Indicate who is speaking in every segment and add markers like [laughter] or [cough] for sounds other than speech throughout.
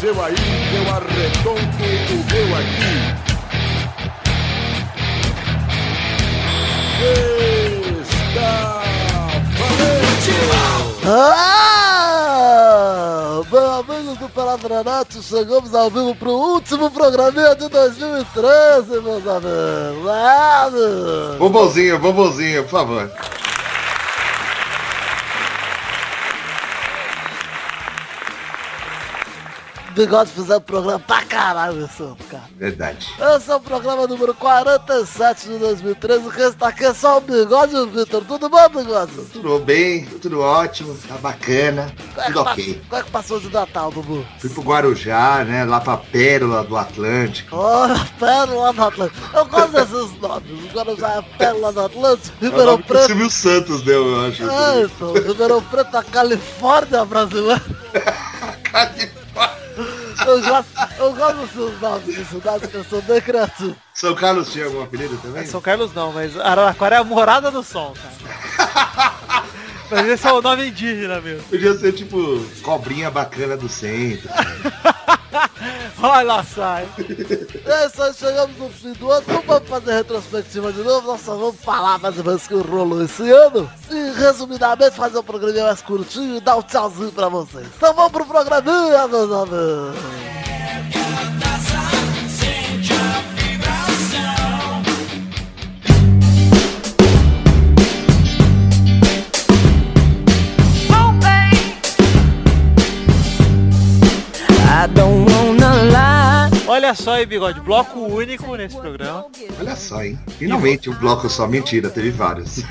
Speaker 1: seu aí, eu arredonto o meu aqui. Está valente!
Speaker 2: Ah! Bem, amigos do Peladranet, chegamos ao vivo pro último programinha de 2013, meus amigos. Ah, meu.
Speaker 3: Bobozinho, bobozinho, por favor.
Speaker 2: Bigode fizeram programa pra caralho esse ano, cara.
Speaker 3: Verdade.
Speaker 2: Esse é o programa número 47 de 2013, quem está aqui é só o Bigode e o Vitor. Tudo bom, Bigode?
Speaker 3: Tudo bem, tudo ótimo, tá bacana,
Speaker 2: Como é que
Speaker 3: tudo
Speaker 2: pa-
Speaker 3: ok.
Speaker 2: Como é que passou de Natal, Dudu?
Speaker 3: Fui pro Guarujá, né? Lá pra Pérola do Atlântico.
Speaker 2: Olha, Pérola do Atlântico. Eu gosto desses nomes. Agora já é Pérola do Atlântico,
Speaker 3: É o
Speaker 2: Ribeirão
Speaker 3: nome que o
Speaker 2: Preto.
Speaker 3: Silvio Santos deu, eu acho.
Speaker 2: É, então, Ribeirão Preto, da Califórnia brasileira. Eu gosto, eu gosto desses nomes de cidades que eu sou bem criativo.
Speaker 3: São Carlos tinha algum apelido também?
Speaker 4: É, São Carlos não, mas Araraquara é a morada do sol, cara.
Speaker 2: [laughs]
Speaker 4: mas esse é o nome indígena, meu.
Speaker 3: Podia ser tipo cobrinha bacana do centro.
Speaker 4: Olha só. hein?
Speaker 2: É isso aí, chegamos no fim do ano, não vamos fazer retrospectiva de novo, nós só vamos falar mais ou menos que rolou esse ano. E resumidamente fazer um programinha mais curtinho e dar um tchauzinho pra vocês. Então vamos pro programinha, meus amigos.
Speaker 5: I don't wanna lie.
Speaker 4: Olha só aí, bigode. Bloco único nesse programa.
Speaker 3: Olha só, hein? Finalmente um bloco só. Mentira, teve vários.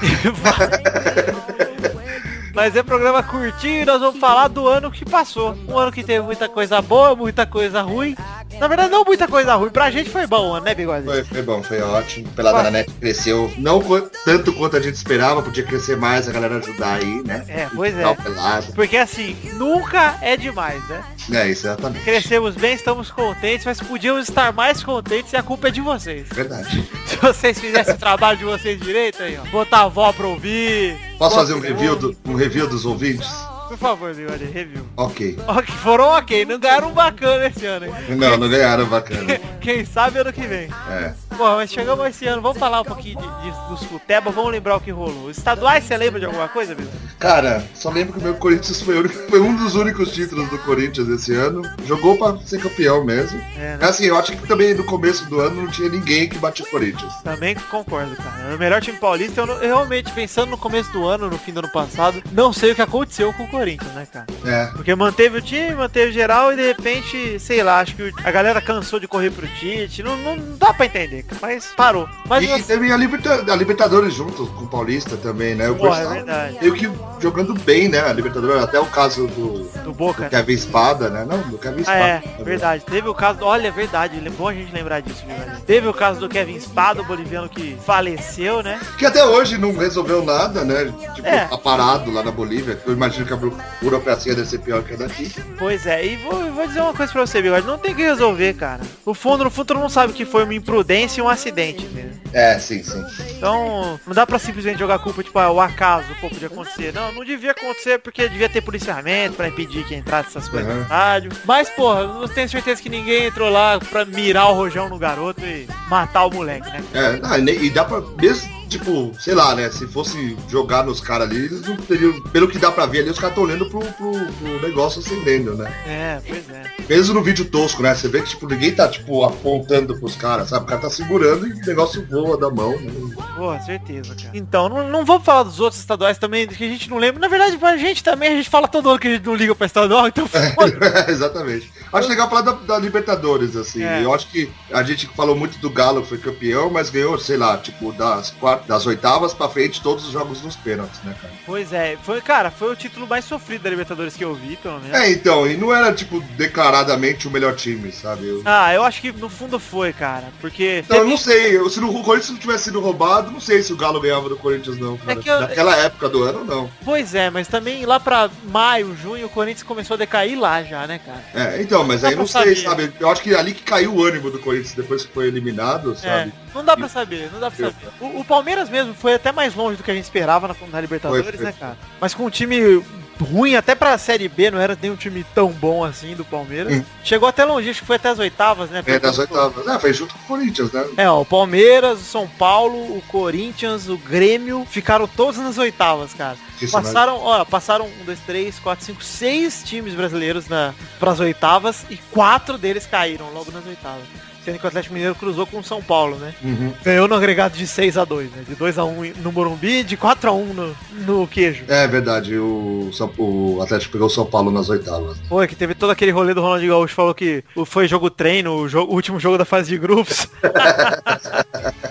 Speaker 4: Mas é programa curtinho e nós vamos falar do ano que passou. Um ano que teve muita coisa boa, muita coisa ruim. Na verdade, não muita coisa ruim. Pra gente foi bom o ano, né,
Speaker 3: [laughs]
Speaker 4: bigode?
Speaker 3: Foi, foi bom, foi ótimo. Pelada na net cresceu, não co- tanto quanto a gente esperava, podia crescer mais, a galera ajudar aí, né?
Speaker 4: É, pois é.
Speaker 3: Dar o pelado.
Speaker 4: Porque assim, nunca é demais, né?
Speaker 3: É, exatamente.
Speaker 4: Crescemos bem, estamos contentes, mas podíamos estar mais contentes e a culpa é de vocês. [laughs]
Speaker 3: Verdade.
Speaker 4: Se vocês fizessem o trabalho de vocês direito aí, ó. Botar a avó pra ouvir.
Speaker 3: Posso fazer um review, do, um review dos ouvintes?
Speaker 4: Por favor, Bigode, review.
Speaker 3: Ok.
Speaker 4: Ok, foram ok, não ganharam um bacana esse ano, hein? [laughs]
Speaker 3: Não, não ganharam bacana.
Speaker 4: Quem sabe ano que vem.
Speaker 3: É.
Speaker 4: Bom, mas chegamos esse ano, vamos falar um pouquinho de, de- dos Futeba, vamos lembrar o que rolou. Estaduais, você lembra de alguma coisa, Bigode?
Speaker 3: Cara, só lembro que o meu Corinthians foi, o único- foi um dos únicos títulos do Corinthians esse ano. Jogou pra ser campeão mesmo.
Speaker 4: É, né?
Speaker 3: Assim, eu acho que também no começo do ano não tinha ninguém que batia o Corinthians.
Speaker 4: Também concordo, cara. Era O melhor time paulista, eu, não- eu realmente, pensando no começo do ano, no fim do ano passado, não sei o que aconteceu com o Corinthians, né, cara?
Speaker 3: É.
Speaker 4: Porque manteve o time, manteve geral e de repente, sei lá, acho que a galera cansou de correr pro Tite. Não, não- não dá pra entender, cara, mas parou. Mas assim,
Speaker 3: E
Speaker 4: você...
Speaker 3: teve a, Liberta- a Libertadores junto com o Paulista também, né? Eu
Speaker 4: Porra, é
Speaker 3: gostava.
Speaker 4: verdade.
Speaker 3: meio que jogando bem, né? A Libertadores, até o caso do,
Speaker 4: Do
Speaker 3: do
Speaker 4: Boca. né?
Speaker 3: Kevin Espada, né? Não, do Kevin
Speaker 4: Ah,
Speaker 3: Espada.
Speaker 4: é, verdade. Teve o caso. Olha, é verdade. É bom a gente lembrar disso, verdade. Teve o caso do Kevin Spado, o boliviano que faleceu, né?
Speaker 3: Que até hoje não resolveu nada, né? Tipo,
Speaker 4: É.
Speaker 3: tá parado lá na Bolívia. Eu imagino que a bu- burocracia deve ser pior que a daqui.
Speaker 4: Pois é, e vou, vou dizer uma coisa pra você, Bigode. Não tem o que resolver, cara. No fundo, no fundo, todo mundo sabe que foi uma imprudência e um acidente, entendeu?
Speaker 3: É, sim, sim.
Speaker 4: Então, não dá pra simplesmente jogar a culpa, tipo, ah, o acaso, pô, podia acontecer. Não, não devia acontecer porque devia ter policiamento pra impedir que entrasse essas coisas
Speaker 3: Uhum.
Speaker 4: no estádio. Mas, porra, eu não tenho certeza que ninguém entrou lá pra mirar o rojão no garoto e matar o moleque, né?
Speaker 3: É, não, e nem- e dá pra. Mesmo, tipo, sei lá, né? Se fosse jogar nos caras ali, eles não teriam. Pelo que dá pra ver ali, os caras estão olhando pro, pro- pro negócio acendendo, né?
Speaker 4: É, pois é.
Speaker 3: Mesmo no vídeo tosco, né? Você vê que, tipo, ninguém tá, tipo, apontando pros caras, sabe? O cara tá segurando e o negócio voa da mão. né? [laughs]
Speaker 4: Porra, certeza, cara. Então, não, não vou falar dos outros estaduais também, que a gente não lembra. Na verdade, pra gente também, a gente fala todo ano que a gente não liga pra estadual, então foda
Speaker 3: Exatamente. Acho legal falar da, da Libertadores, assim.
Speaker 4: É.
Speaker 3: Eu acho que a gente falou muito do Galo, que foi campeão, mas ganhou, sei lá, tipo, das, quart- das oitavas pra frente, todos os jogos nos pênaltis, né, cara?
Speaker 4: Pois é, foi, cara, foi o título mais sofrido da Libertadores que eu vi, pelo menos.
Speaker 3: É, então, e não era, tipo, declaradamente o melhor time, sabe? Eu-
Speaker 4: Ah, eu acho que no fundo foi, cara, porque...
Speaker 3: Então, eu não sei, eu- se no- o Corinthians não tivesse sido roubado, não sei se o Galo ganhava do Corinthians, não. cara.
Speaker 4: É que eu-
Speaker 3: Naquela época do ano, não.
Speaker 4: Pois é, mas também lá pra maio, junho, o Corinthians começou a decair lá já, né, cara?
Speaker 3: É, então, mas
Speaker 4: Dá
Speaker 3: aí
Speaker 4: pra
Speaker 3: não sei,
Speaker 4: saber.
Speaker 3: sabe? Eu acho que ali que caiu o ânimo do Corinthians depois que foi eliminado,
Speaker 4: É,
Speaker 3: sabe?
Speaker 4: não dá pra saber, não dá pra saber. O, o Palmeiras mesmo foi até mais longe do que a gente esperava na, na Libertadores,
Speaker 3: Foi, foi.
Speaker 4: né, cara? Mas com um time ruim, até pra Série B, não era nenhum time tão bom assim do Palmeiras.
Speaker 3: Hum.
Speaker 4: Chegou até longe, acho que foi até as oitavas, né?
Speaker 3: É, das oitavas. Ah, foi junto com o Corinthians, né?
Speaker 4: É, ó, o Palmeiras, o São Paulo, o Corinthians, o Grêmio, ficaram todos nas oitavas, cara.
Speaker 3: Que saudade.
Speaker 4: Passaram, ó, passaram um, dois, três, quatro, cinco, seis times brasileiros na, pras oitavas e quatro deles caíram logo nas oitavas. Sendo que o Atlético Mineiro cruzou com o São Paulo, né?
Speaker 3: Uhum.
Speaker 4: Ganhou no agregado de 6 a 2 né? De 2 a 1 no Morumbi, de 4 a 1 no, no Queijo.
Speaker 3: É verdade, o, São- o Atlético pegou o São Paulo nas oitavas. né?
Speaker 4: Foi, é que teve todo aquele rolê do Ronaldinho Gaúcho, falou que o- foi jogo treino, o, jogo- o último jogo da fase de grupos.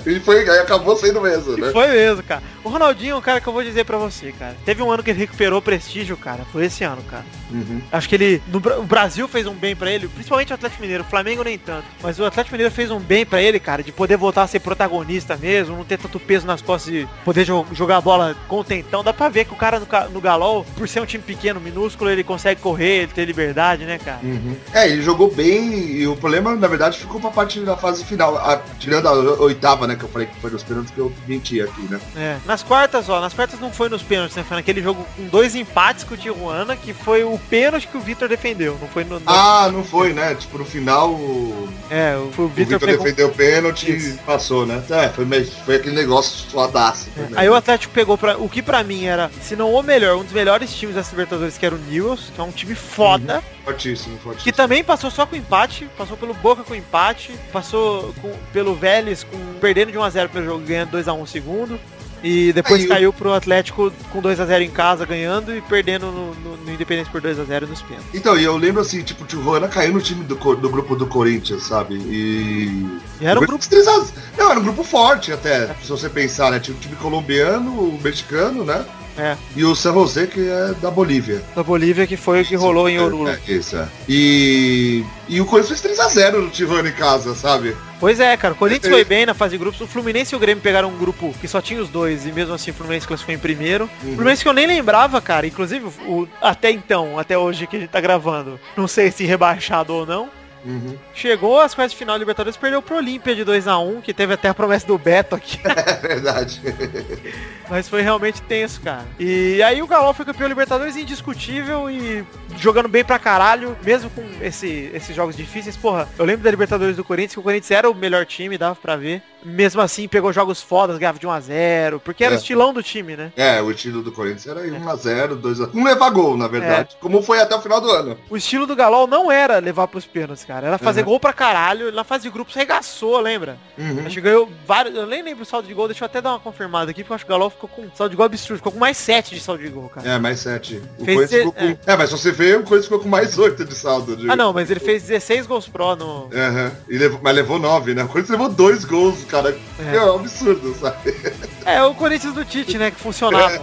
Speaker 3: E foi, aí acabou sendo mesmo, né?
Speaker 4: Foi mesmo, cara. O Ronaldinho é um cara que eu vou dizer pra você, cara. Teve um ano que ele recuperou prestígio, cara. Foi esse ano, cara.
Speaker 3: Uhum.
Speaker 4: Acho que ele. no Bra- o Brasil fez um bem pra ele, principalmente o Atlético Mineiro. O Flamengo nem tanto. Mas o Atlético Mineiro fez um bem pra ele, cara, de poder voltar a ser protagonista mesmo, não ter tanto peso nas costas e poder jo- jogar a bola contentão. Dá pra ver que o cara no, ca- no Galol, por ser um time pequeno, minúsculo, ele consegue correr, ele ter liberdade, né, cara?
Speaker 3: Uhum. É, ele jogou bem e o problema, na verdade, ficou pra parte da fase final. a- tirando a o- oitava, né? Que eu falei que foi nos pênaltis que eu menti aqui, né?
Speaker 4: É. Nas quartas, ó, nas quartas não foi nos pênaltis, né? Foi naquele jogo com dois empates com o Tijuana, que foi o pênalti que o Vitor defendeu. Não foi no. no-
Speaker 3: Ah, não foi, né? Tipo, no final o,
Speaker 4: é, o- foi o
Speaker 3: o Vitor
Speaker 4: Vitor pegou.
Speaker 3: defendeu o pênalti e
Speaker 4: Isso.
Speaker 3: passou, né? É, foi, meio- foi aquele negócio suadaço. né?
Speaker 4: É. Aí o Atlético pegou pra, o que pra mim era, se não o melhor, um dos melhores times da Libertadores, que era o Newells, que é um time foda,
Speaker 3: Uhum. Fortíssimo, fortíssimo.
Speaker 4: que tá- também passou só com empate, passou pelo Boca com empate, passou com- pelo Vélez com perdendo de 1x0 pelo jogo, ganhando 2x1 no segundo. E depois
Speaker 3: Aí o-
Speaker 4: caiu pro Atlético com 2x0 em casa ganhando e perdendo no, no- no Independência por 2x0 nos pênaltis.
Speaker 3: Então, e eu lembro assim, tipo, o Tijuana caiu no time do, co- do grupo do Corinthians, sabe? E.
Speaker 4: E era um
Speaker 3: o
Speaker 4: grupo.
Speaker 3: Corinthians 3 a 0. Não, era um grupo forte até, se você pensar, né? Tinha o time colombiano, o mexicano, né?
Speaker 4: É.
Speaker 3: E o San José, que é da Bolívia.
Speaker 4: da Bolívia que foi o que rolou em Oruro.
Speaker 3: É, isso, é. E. E o Corinthians fez 3x0 no Tijuana em casa, sabe?
Speaker 4: Pois é, cara. O Corinthians
Speaker 3: É.
Speaker 4: foi bem na fase de grupos. O Fluminense e o Grêmio pegaram um grupo que só tinha os dois. E mesmo assim o Fluminense classificou em primeiro. O Fluminense que eu nem lembrava, cara. Inclusive, o- até então, até hoje que a gente tá gravando. Não sei se rebaixado ou não.
Speaker 3: Uhum.
Speaker 4: Chegou às quartas de final da Libertadores, perdeu pro Olímpia de 2x1, que teve até a promessa do Beto aqui.
Speaker 3: É verdade.
Speaker 4: Mas foi realmente tenso, cara. E aí o Galo foi campeão da Libertadores indiscutível e jogando bem pra caralho, mesmo com esse- esses jogos difíceis. Porra, eu lembro da Libertadores do Corinthians, que o Corinthians era o melhor time, dava pra ver. Mesmo assim, pegou jogos fodas, ganhava de 1x0, porque era
Speaker 3: É.
Speaker 4: o estilão do time, né?
Speaker 3: É, o estilo do Corinthians era 1x0, 2x0. Não levar gol, na verdade. Como foi até o final do ano.
Speaker 4: O estilo do Galol não era levar pros pênaltis, cara. Era fazer gol pra caralho. Na fase de grupos regaçou, lembra?
Speaker 3: Uhum.
Speaker 4: Acho que ganhou vários. Eu nem lembro o saldo de gol, deixa eu até dar uma confirmada aqui, porque eu acho que o Galol ficou com um saldo de gol absurdo, ficou com mais 7 de saldo de gol, cara.
Speaker 3: É, mais 7. O
Speaker 4: Fez
Speaker 3: Corinthians
Speaker 4: ser-
Speaker 3: ficou com... é. mas se você ver, o Corinthians ficou com mais 8 de saldo. de-
Speaker 4: Ah não, mas ele fez 16 gols pró no.
Speaker 3: Aham. E levou- Mas levou 9, né? O Corinthians levou 2 gols, cara. É. um absurdo, sabe?
Speaker 4: É o Corinthians do Tite, né?
Speaker 3: [laughs]
Speaker 4: Que funcionava.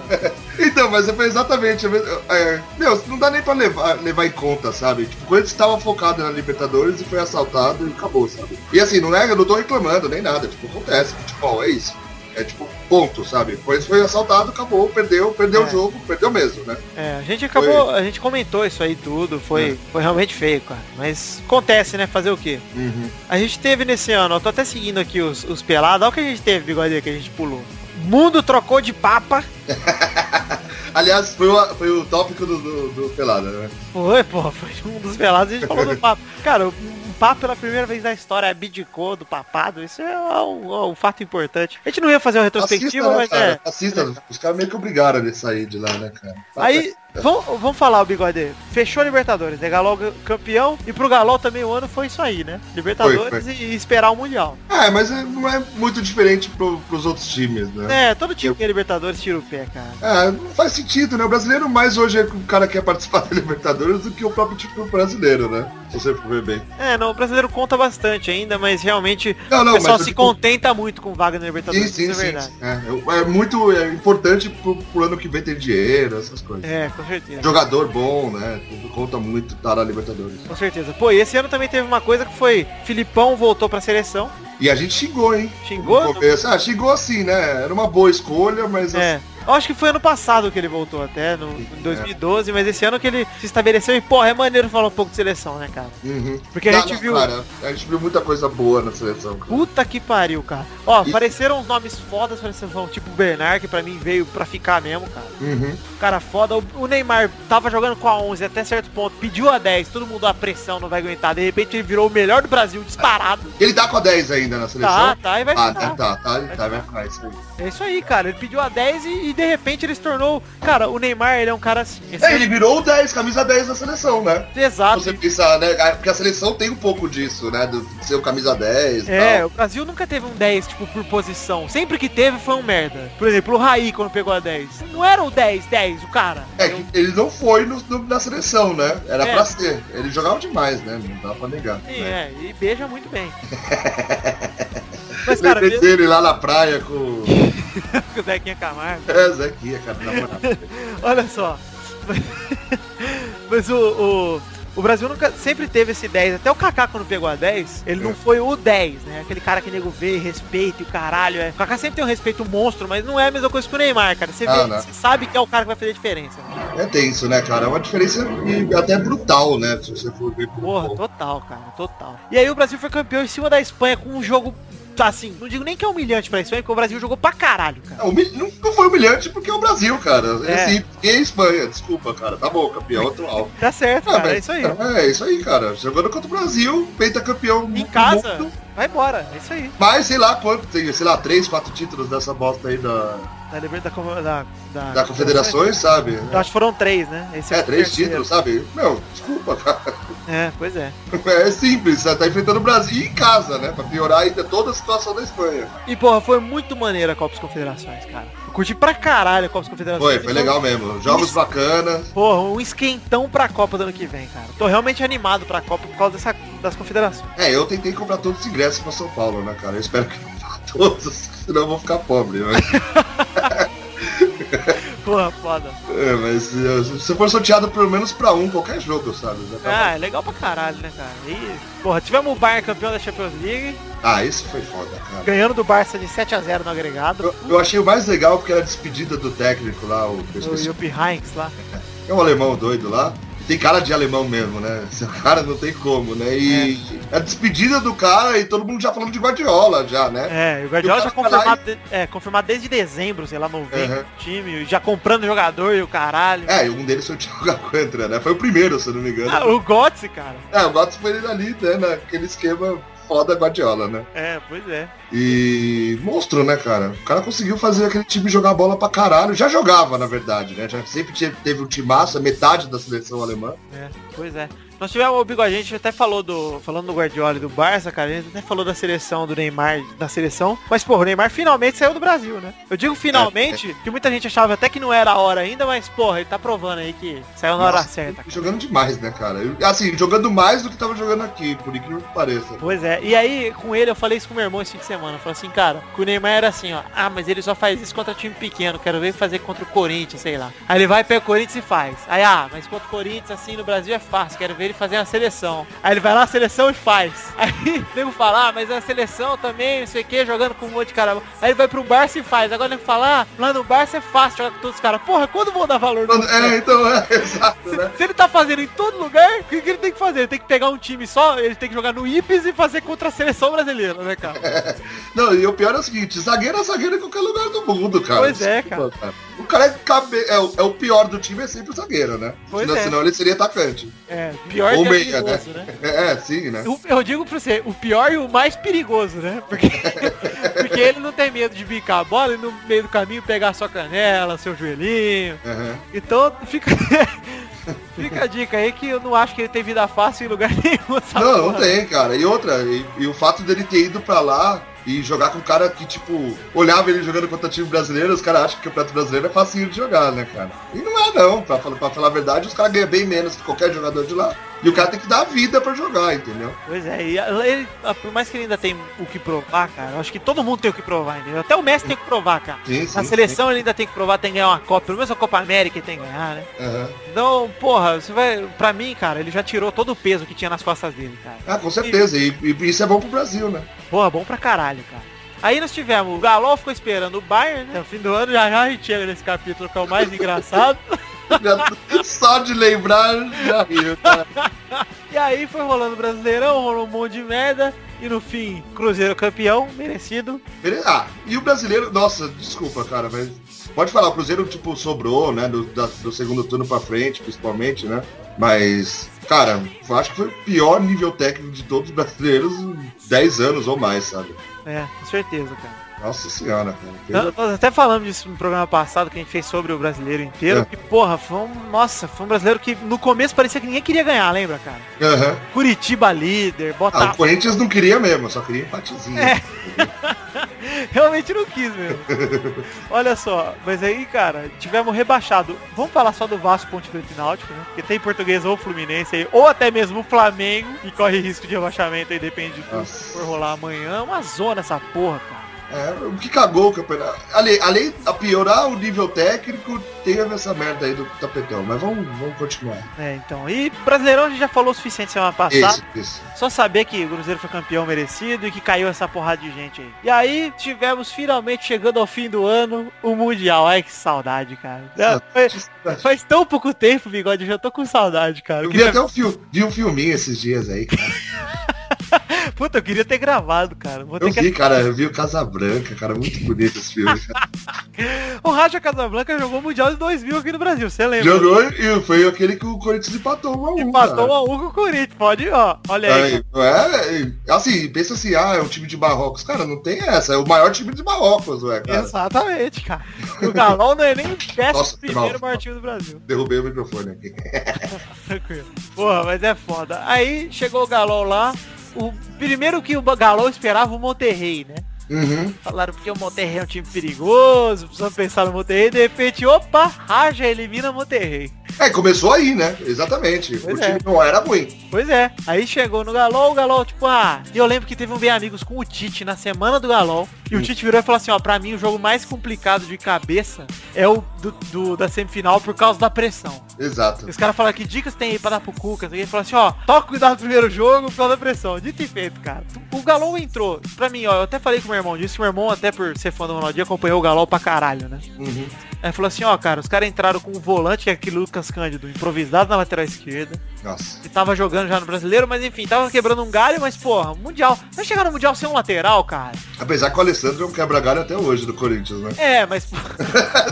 Speaker 3: Então, mas foi exatamente... a mesma- É... Meu, não dá nem pra levar, levar em conta, sabe? Tipo, o Corinthians tava focado na Libertadores e foi assaltado e acabou, sabe? E assim, não é... Eu não tô reclamando nem nada. Tipo, acontece. Futebol, é isso. É tipo, ponto, sabe? O Corinthians foi assaltado, acabou, perdeu, perdeu
Speaker 4: É.
Speaker 3: o jogo, perdeu mesmo, né?
Speaker 4: É, a gente acabou, a gente comentou isso aí tudo,
Speaker 3: É.
Speaker 4: foi, foi realmente feio, cara. Mas acontece, né? Fazer o quê?
Speaker 3: Uhum.
Speaker 4: A gente teve nesse ano, eu tô até seguindo aqui os, os pelados, olha o que a gente teve, bigode, que a gente pulou. Mundo trocou de papa.
Speaker 3: Aliás, foi, o foi o tópico do, do, do Pelada, né?
Speaker 4: Foi, pô, foi um dos pelados, a gente
Speaker 3: [laughs]
Speaker 4: falou do papo. Cara, o o papo pela primeira vez na história abdicou do papado, isso é um, um fato importante. A gente não ia fazer uma retrospectiva,
Speaker 3: né,
Speaker 4: mas
Speaker 3: cara?
Speaker 4: é.
Speaker 3: Assista, os caras meio que obrigaram ele a sair de lá, né, cara?
Speaker 4: Aí, vamos, vamos falar o bigode. Fechou a Libertadores, né? Galol campeão. E pro Galol também o ano foi isso aí, né? Libertadores
Speaker 3: Foi,
Speaker 4: E, e esperar o Mundial.
Speaker 3: É, mas é- não é muito diferente pro, pros outros times, né?
Speaker 4: É, todo time que é Libertadores tira o pé, cara.
Speaker 3: É, não faz sentido, né? O brasileiro mais hoje é o cara que quer participar [laughs] da Libertadores do que o próprio time brasileiro, né? Se você for ver bem.
Speaker 4: É, não, o brasileiro conta bastante ainda, mas realmente
Speaker 3: Não, não,
Speaker 4: o pessoal
Speaker 3: mas eu
Speaker 4: É se
Speaker 3: digo-
Speaker 4: contenta muito com vaga na Libertadores.
Speaker 3: Sim, sim,
Speaker 4: isso é
Speaker 3: sim.
Speaker 4: verdade.
Speaker 3: É, é muito é importante pro, pro ano que vem ter dinheiro, essas coisas.
Speaker 4: É, com certeza.
Speaker 3: Jogador bom, né? Tudo Conta muito estar na Libertadores.
Speaker 4: Com certeza. Pô, e esse ano também teve uma coisa que foi Filipão voltou pra seleção,
Speaker 3: E a gente xingou, hein?
Speaker 4: xingou.
Speaker 3: No começo. Ah, xingou assim, né? Era uma boa escolha, mas
Speaker 4: É.
Speaker 3: assim,
Speaker 4: Eu acho que foi ano passado que ele voltou até, no,
Speaker 3: É.
Speaker 4: em 2012, mas esse ano que ele se estabeleceu e, porra, é maneiro falar um pouco de seleção, né, cara?
Speaker 3: Uhum.
Speaker 4: Porque a
Speaker 3: Não,
Speaker 4: gente
Speaker 3: não,
Speaker 4: viu-
Speaker 3: Cara, a gente viu muita coisa boa na seleção. cara.
Speaker 4: Puta que pariu, cara. Ó,
Speaker 3: E-
Speaker 4: apareceram uns nomes fodas pra seleção, tipo o Bernard, que pra mim veio pra ficar mesmo, cara.
Speaker 3: Uhum.
Speaker 4: Cara foda, o- o Neymar tava jogando com a 11 até certo ponto, pediu a 10, todo mundo a pressão não vai aguentar, de repente ele virou o melhor do Brasil disparado.
Speaker 3: Ele tá com a 10 ainda na seleção?
Speaker 4: Tá, tá, e vai
Speaker 3: Ah,
Speaker 4: ficar.
Speaker 3: tá, tá, tá, ele tá, vai ficar isso aí.
Speaker 4: É isso aí, cara. Ele pediu a 10 e, e de repente ele se tornou. Cara, o Neymar, ele é um cara assim.
Speaker 3: É, ele virou o 10, camisa 10 da seleção, né?
Speaker 4: Exato.
Speaker 3: Você pensa, né? a- Porque a seleção tem um pouco disso, né? Do de ser o camisa 10 e
Speaker 4: É,
Speaker 3: tal.
Speaker 4: o Brasil nunca teve um 10, tipo, por posição. Sempre que teve foi um merda. Por exemplo, o Raí quando pegou a 10. Não era o 10, 10, o cara.
Speaker 3: É que ele não foi no- no- na seleção, né? Era
Speaker 4: É.
Speaker 3: pra ser. Ele jogava demais, né? Não dava pra negar.
Speaker 4: Sim,
Speaker 3: né?
Speaker 4: é, e beija muito
Speaker 3: [laughs]
Speaker 4: bem. Mas, cara,
Speaker 3: Lembrei
Speaker 4: mesmo
Speaker 3: dele lá na praia com
Speaker 4: que o Zequinha Camargo,
Speaker 3: é, Zequinha, cara, na moral.
Speaker 4: olha só. [laughs] Mas o, o, o Brasil nunca, sempre teve esse 10. Até o Kaká quando pegou a 10, ele não
Speaker 3: É.
Speaker 4: foi o 10, né? Aquele cara que nego vê, respeita e o caralho. É. O Kaká sempre tem um respeito monstro, mas não é a mesma coisa que o Neymar, cara. Você, vê-
Speaker 3: Ah, não.
Speaker 4: você sabe que é o cara que vai fazer a diferença.
Speaker 3: É tenso, né, cara? É uma diferença e até brutal, né? Se você for ver por
Speaker 4: Porra, total, cara, total. E aí o Brasil foi campeão em cima da Espanha com um jogo, assim, não digo nem que é humilhante pra Espanha, porque o Brasil jogou pra caralho, cara.
Speaker 3: É, humil- não, não foi humilhante porque é o Brasil, cara.
Speaker 4: É.
Speaker 3: Assim, e a Espanha, desculpa, cara. Tá bom, campeão atual.
Speaker 4: Tá certo,
Speaker 3: Ah,
Speaker 4: cara,
Speaker 3: mas-
Speaker 4: é isso aí.
Speaker 3: É, é isso aí, cara. Jogando contra o Brasil, pentacampeão
Speaker 4: Em
Speaker 3: do
Speaker 4: casa,
Speaker 3: mundo.
Speaker 4: vai embora, é isso aí.
Speaker 3: Mas sei lá quanto, tem, sei lá, três, quatro títulos dessa bosta aí da,
Speaker 4: Da Libertadores da, da,
Speaker 3: da Confederações, sabe?
Speaker 4: Eu acho que foram três, né? Esse
Speaker 3: É,
Speaker 4: o
Speaker 3: três
Speaker 4: terceiro.
Speaker 3: títulos, sabe? Meu, desculpa, cara. [laughs]
Speaker 4: É, pois é.
Speaker 3: É simples, tá enfrentando o Brasil em casa, né? Pra piorar ainda toda a situação da Espanha.
Speaker 4: E porra, foi muito maneiro a Copa das Confederações, cara. Eu curti pra caralho a Copa das Confederações.
Speaker 3: Foi, foi legal mesmo. Jogos
Speaker 4: Isso.
Speaker 3: bacanas.
Speaker 4: Porra, um esquentão pra Copa do ano que vem, cara. Tô realmente animado pra Copa por causa dessa, das confederações.
Speaker 3: É, eu tentei comprar todos os ingressos pra São Paulo, né, cara? Eu espero que não vá [laughs] todos, senão eu vou ficar pobre. né? Mas,
Speaker 4: Porra, foda.
Speaker 3: é, mas eh, se eu for sorteado pelo menos pra um, qualquer jogo, sabe? Já tá
Speaker 4: Ah, é legal pra caralho, né, cara? E, porra, tivemos o Bayern campeão da Champions League,
Speaker 3: bom. Ah, isso foi foda, cara.
Speaker 4: ganhando do Barça de 7x0 no agregado.
Speaker 3: Eu, eu achei o mais legal porque era a despedida do técnico lá, o eu
Speaker 4: O
Speaker 3: esqueci.
Speaker 4: Yuppie Heinz lá.
Speaker 3: É um alemão doido lá. Tem cara de alemão mesmo, né? Esse [laughs] cara não tem como, né? E a despedida do cara e todo mundo já falando de Guardiola, já, né?
Speaker 4: É, e o Guardiola
Speaker 3: E o
Speaker 4: já
Speaker 3: cara vai lá
Speaker 4: confirmado, de- é, confirmado desde dezembro, sei lá, novembro,
Speaker 3: Uhum.
Speaker 4: o time, já comprando jogador e o caralho.
Speaker 3: É, e um deles foi o Thiago Alcântara, né? Foi o primeiro, se eu não me engano.
Speaker 4: Ah, o Götze, cara.
Speaker 3: É, o Gato foi ele ali, né? Naquele esquema foda Guardiola, né?
Speaker 4: É, pois é.
Speaker 3: E monstro, né, cara? O cara conseguiu fazer aquele time jogar bola pra caralho. Já jogava, na verdade, né? Já sempre tinha- teve um timaço, a metade da seleção alemã.
Speaker 4: É, pois é. Nós tivemos o Bigo, a gente até falou do. Falando do Guardiola e do Barça, cara, a gente até falou da seleção, do Neymar, da seleção. Mas, porra, o Neymar finalmente saiu do Brasil, né? Eu digo
Speaker 3: É,
Speaker 4: finalmente, que muita gente achava até que não era a hora ainda, mas, porra, ele tá provando aí que saiu na hora
Speaker 3: Nossa,
Speaker 4: certa. cara.
Speaker 3: Jogando demais, né, cara? E, Assim, jogando mais do que tava jogando aqui, por incrível que pareça.
Speaker 4: Pois é, e aí com ele eu falei isso com meu irmão esse fim de semana. Eu falei assim, cara, que o Neymar era assim, ó. Ah, mas ele só faz isso contra time pequeno, quero ver ele fazer contra o Corinthians, sei lá. Aí ele vai, pega o Corinthians e faz. Aí, ah, mas contra o Corinthians, assim, no Brasil é fácil, quero ver ele fazer a seleção. Aí ele vai lá na seleção e faz. [laughs] Aí o nego fala, ah, mas a seleção também, não sei o que, jogando com um monte de cara. bom. Aí ele vai pro Barça e faz. Agora ele fala, ah, lá no Barça é fácil jogar com todos os caras. Porra, quando vão dar valor no
Speaker 3: É, então, é, [laughs] exato, né?
Speaker 4: se ele tá fazendo em todo lugar, o que que ele tem que fazer? Ele tem que pegar um time só, ele tem que jogar no Ips e fazer contra a seleção brasileira, né, cara?
Speaker 3: Não, e o pior é o seguinte, zagueiro é zagueiro em qualquer lugar do mundo, cara.
Speaker 4: Pois é,
Speaker 3: Desculpa, O cara é, cabe... é, o, é o pior do time, é sempre o zagueiro, né?
Speaker 4: Pois
Speaker 3: senão,
Speaker 4: é.
Speaker 3: senão ele seria atacante.
Speaker 4: É, pior
Speaker 3: Ou
Speaker 4: que
Speaker 3: meia,
Speaker 4: o perigoso, né?
Speaker 3: É, é, sim, né?
Speaker 4: O- Eu digo pra você, o pior e o mais perigoso, né? Porque, [laughs] porque ele não tem medo de bicar a bola e no meio do caminho pegar a sua canela, seu joelhinho.
Speaker 3: Aham.
Speaker 4: Então fica, [laughs] fica a dica aí que eu não acho que ele tem vida fácil em lugar [laughs] nenhum. essa
Speaker 3: Não, não
Speaker 4: Tá porra.
Speaker 3: tem, cara. E outra, e, e o fato dele ter ido pra lá e jogar com um cara que, tipo, olhava ele jogando contra time brasileiro, os caras acham que o Campeonato Brasileiro é facinho de jogar, né, cara? E não é, não. Pra, fal- pra falar a verdade, os caras ganham bem menos que qualquer jogador de lá. E o cara tem que dar a vida pra jogar, entendeu?
Speaker 4: Pois é, e a- ele, a- por mais que ele ainda tem o que provar, cara, eu acho que todo mundo tem o que provar, entendeu? Até o Messi tem o que provar, cara.
Speaker 3: Sim, sim.
Speaker 4: Na seleção ele ainda tem que provar, tem que ganhar uma Copa, pelo menos a Copa América ele tem que ganhar, né?
Speaker 3: sim. Aham.
Speaker 4: Então, porra, você vai. Pra mim, cara, ele já tirou todo o peso que tinha nas costas dele, cara.
Speaker 3: Ah, com certeza. E, e isso é bom pro Brasil, né? [laughs]
Speaker 4: Porra, bom pra caralho, cara. Aí nós tivemos, o Galo ficou esperando o Bayern, né? No fim do ano já, já a gente chega nesse capítulo que é o [laughs] mais engraçado.
Speaker 3: Só de lembrar, já riu, tá?
Speaker 4: E aí foi rolando o Brasileirão, rolou um monte de merda. E no fim, Cruzeiro campeão, merecido.
Speaker 3: Ele- Ah, e o brasileiro, nossa, desculpa, cara, mas. Pode falar, o Cruzeiro, tipo, sobrou, né? Do, da- do segundo turno pra frente, principalmente, né? Mas, cara, eu acho que foi o pior nível técnico de todos os brasileiros em 10 anos ou mais, sabe?
Speaker 4: É, com certeza, cara.
Speaker 3: Nossa senhora, cara.
Speaker 4: Nós, nós até falamos disso no programa passado que a gente fez sobre o brasileiro inteiro.
Speaker 3: É.
Speaker 4: Que porra, foi um. Nossa, foi um brasileiro que no começo parecia que ninguém queria ganhar, lembra, cara?
Speaker 3: Aham.
Speaker 4: Curitiba líder,
Speaker 3: Ah,
Speaker 4: Botafogo.
Speaker 3: o Corinthians não queria mesmo, só queria empatezinho.
Speaker 4: Tá. É. [laughs] Realmente não quis
Speaker 3: [laughs]
Speaker 4: mesmo. Olha só, mas aí, cara, tivemos rebaixado. Vamos falar só do Vasco Ponte Preta e Náutico, né? Porque tem português ou Fluminense aí, ou até mesmo o Flamengo, que corre risco de rebaixamento aí, depende de tudo que
Speaker 3: Nossa.
Speaker 4: for rolar amanhã. É Uma zona essa porra, cara.
Speaker 3: É, o que cagou o campeonato. Ale- Além de piorar o nível técnico, teve essa merda aí do tapetão. Mas vamos, vamos continuar.
Speaker 4: É, então. E Brasileirão a gente já falou o suficiente semana passada.
Speaker 3: Isso, isso.
Speaker 4: Só saber que o Cruzeiro foi campeão merecido e que caiu essa porrada de gente aí. E aí tivemos finalmente chegando ao fim do ano o Mundial. Ai que saudade, cara.
Speaker 3: É.
Speaker 4: Não, foi- faz tão pouco tempo, bigode, eu já tô com saudade, cara. Eu
Speaker 3: Eu vi
Speaker 4: queria-
Speaker 3: até um, fil- vi um filminho esses dias aí, cara.
Speaker 4: Puta, eu queria ter gravado, cara. Vou
Speaker 3: Eu
Speaker 4: ter que-
Speaker 3: vi, cara, eu vi o Casabranca, cara, muito bonito esse
Speaker 4: [laughs]
Speaker 3: filme. cara.
Speaker 4: O Raja Casablanca jogou o Mundial de 2000 aqui no Brasil, você lembra?
Speaker 3: Jogou e foi aquele que o Corinthians empatou uma um,
Speaker 4: Empatou um,
Speaker 3: cara.
Speaker 4: uma U com o Corinthians, pode, ó. Olha aí.
Speaker 3: É, é, assim, pensa assim, ah, é um time de Marrocos. Cara, não tem essa, é o maior time de Marrocos, ué, cara.
Speaker 4: Exatamente, cara. O Galão não é nem o
Speaker 3: Nossa,
Speaker 4: décimo
Speaker 3: que
Speaker 4: primeiro
Speaker 3: mal.
Speaker 4: maior time do Brasil.
Speaker 3: Derrubei o microfone aqui.
Speaker 4: Tranquilo. Porra, mas é foda. Aí chegou o Galol lá. O primeiro que o Galol esperava o Monterrey, né?
Speaker 3: Uhum.
Speaker 4: Falaram porque o Monterrey é um time perigoso, precisamos pensar no Monterrey, de repente, opa, Raja elimina Monterrey.
Speaker 3: É, começou aí, né? Exatamente. o
Speaker 4: Pois
Speaker 3: time
Speaker 4: é.
Speaker 3: não era ruim.
Speaker 4: Pois é, aí chegou no Galol, o Galol, tipo, ah, e eu lembro que teve um bem amigos com o Tite na semana do Galol, e o Tite virou e falou assim, ó, pra mim o jogo mais complicado de cabeça é o do, do- da semifinal por causa da pressão.
Speaker 3: Exato.
Speaker 4: Os caras falaram que dicas tem aí pra dar pro Cuca, e ele falou assim, ó, toca cuidado no primeiro jogo por causa da pressão. Dito e feito, cara. O Galol entrou, pra mim, ó, eu até falei com meu irmão disso, que meu irmão, até por ser fã do Ronaldinho, acompanhou o Galol pra caralho, né?
Speaker 3: Uhum.
Speaker 4: Aí falou assim, ó, cara, os caras entraram com o volante, que é aquele Lucas Cândido, improvisado na lateral esquerda,
Speaker 3: Nossa.
Speaker 4: que tava jogando já no brasileiro, mas enfim, tava quebrando um galho, mas porra, Mundial. Vai chegar no Mundial sem um lateral, cara?
Speaker 3: Apesar que o Alessandro é um quebra-galho até hoje do Corinthians, né? [laughs]
Speaker 4: É, mas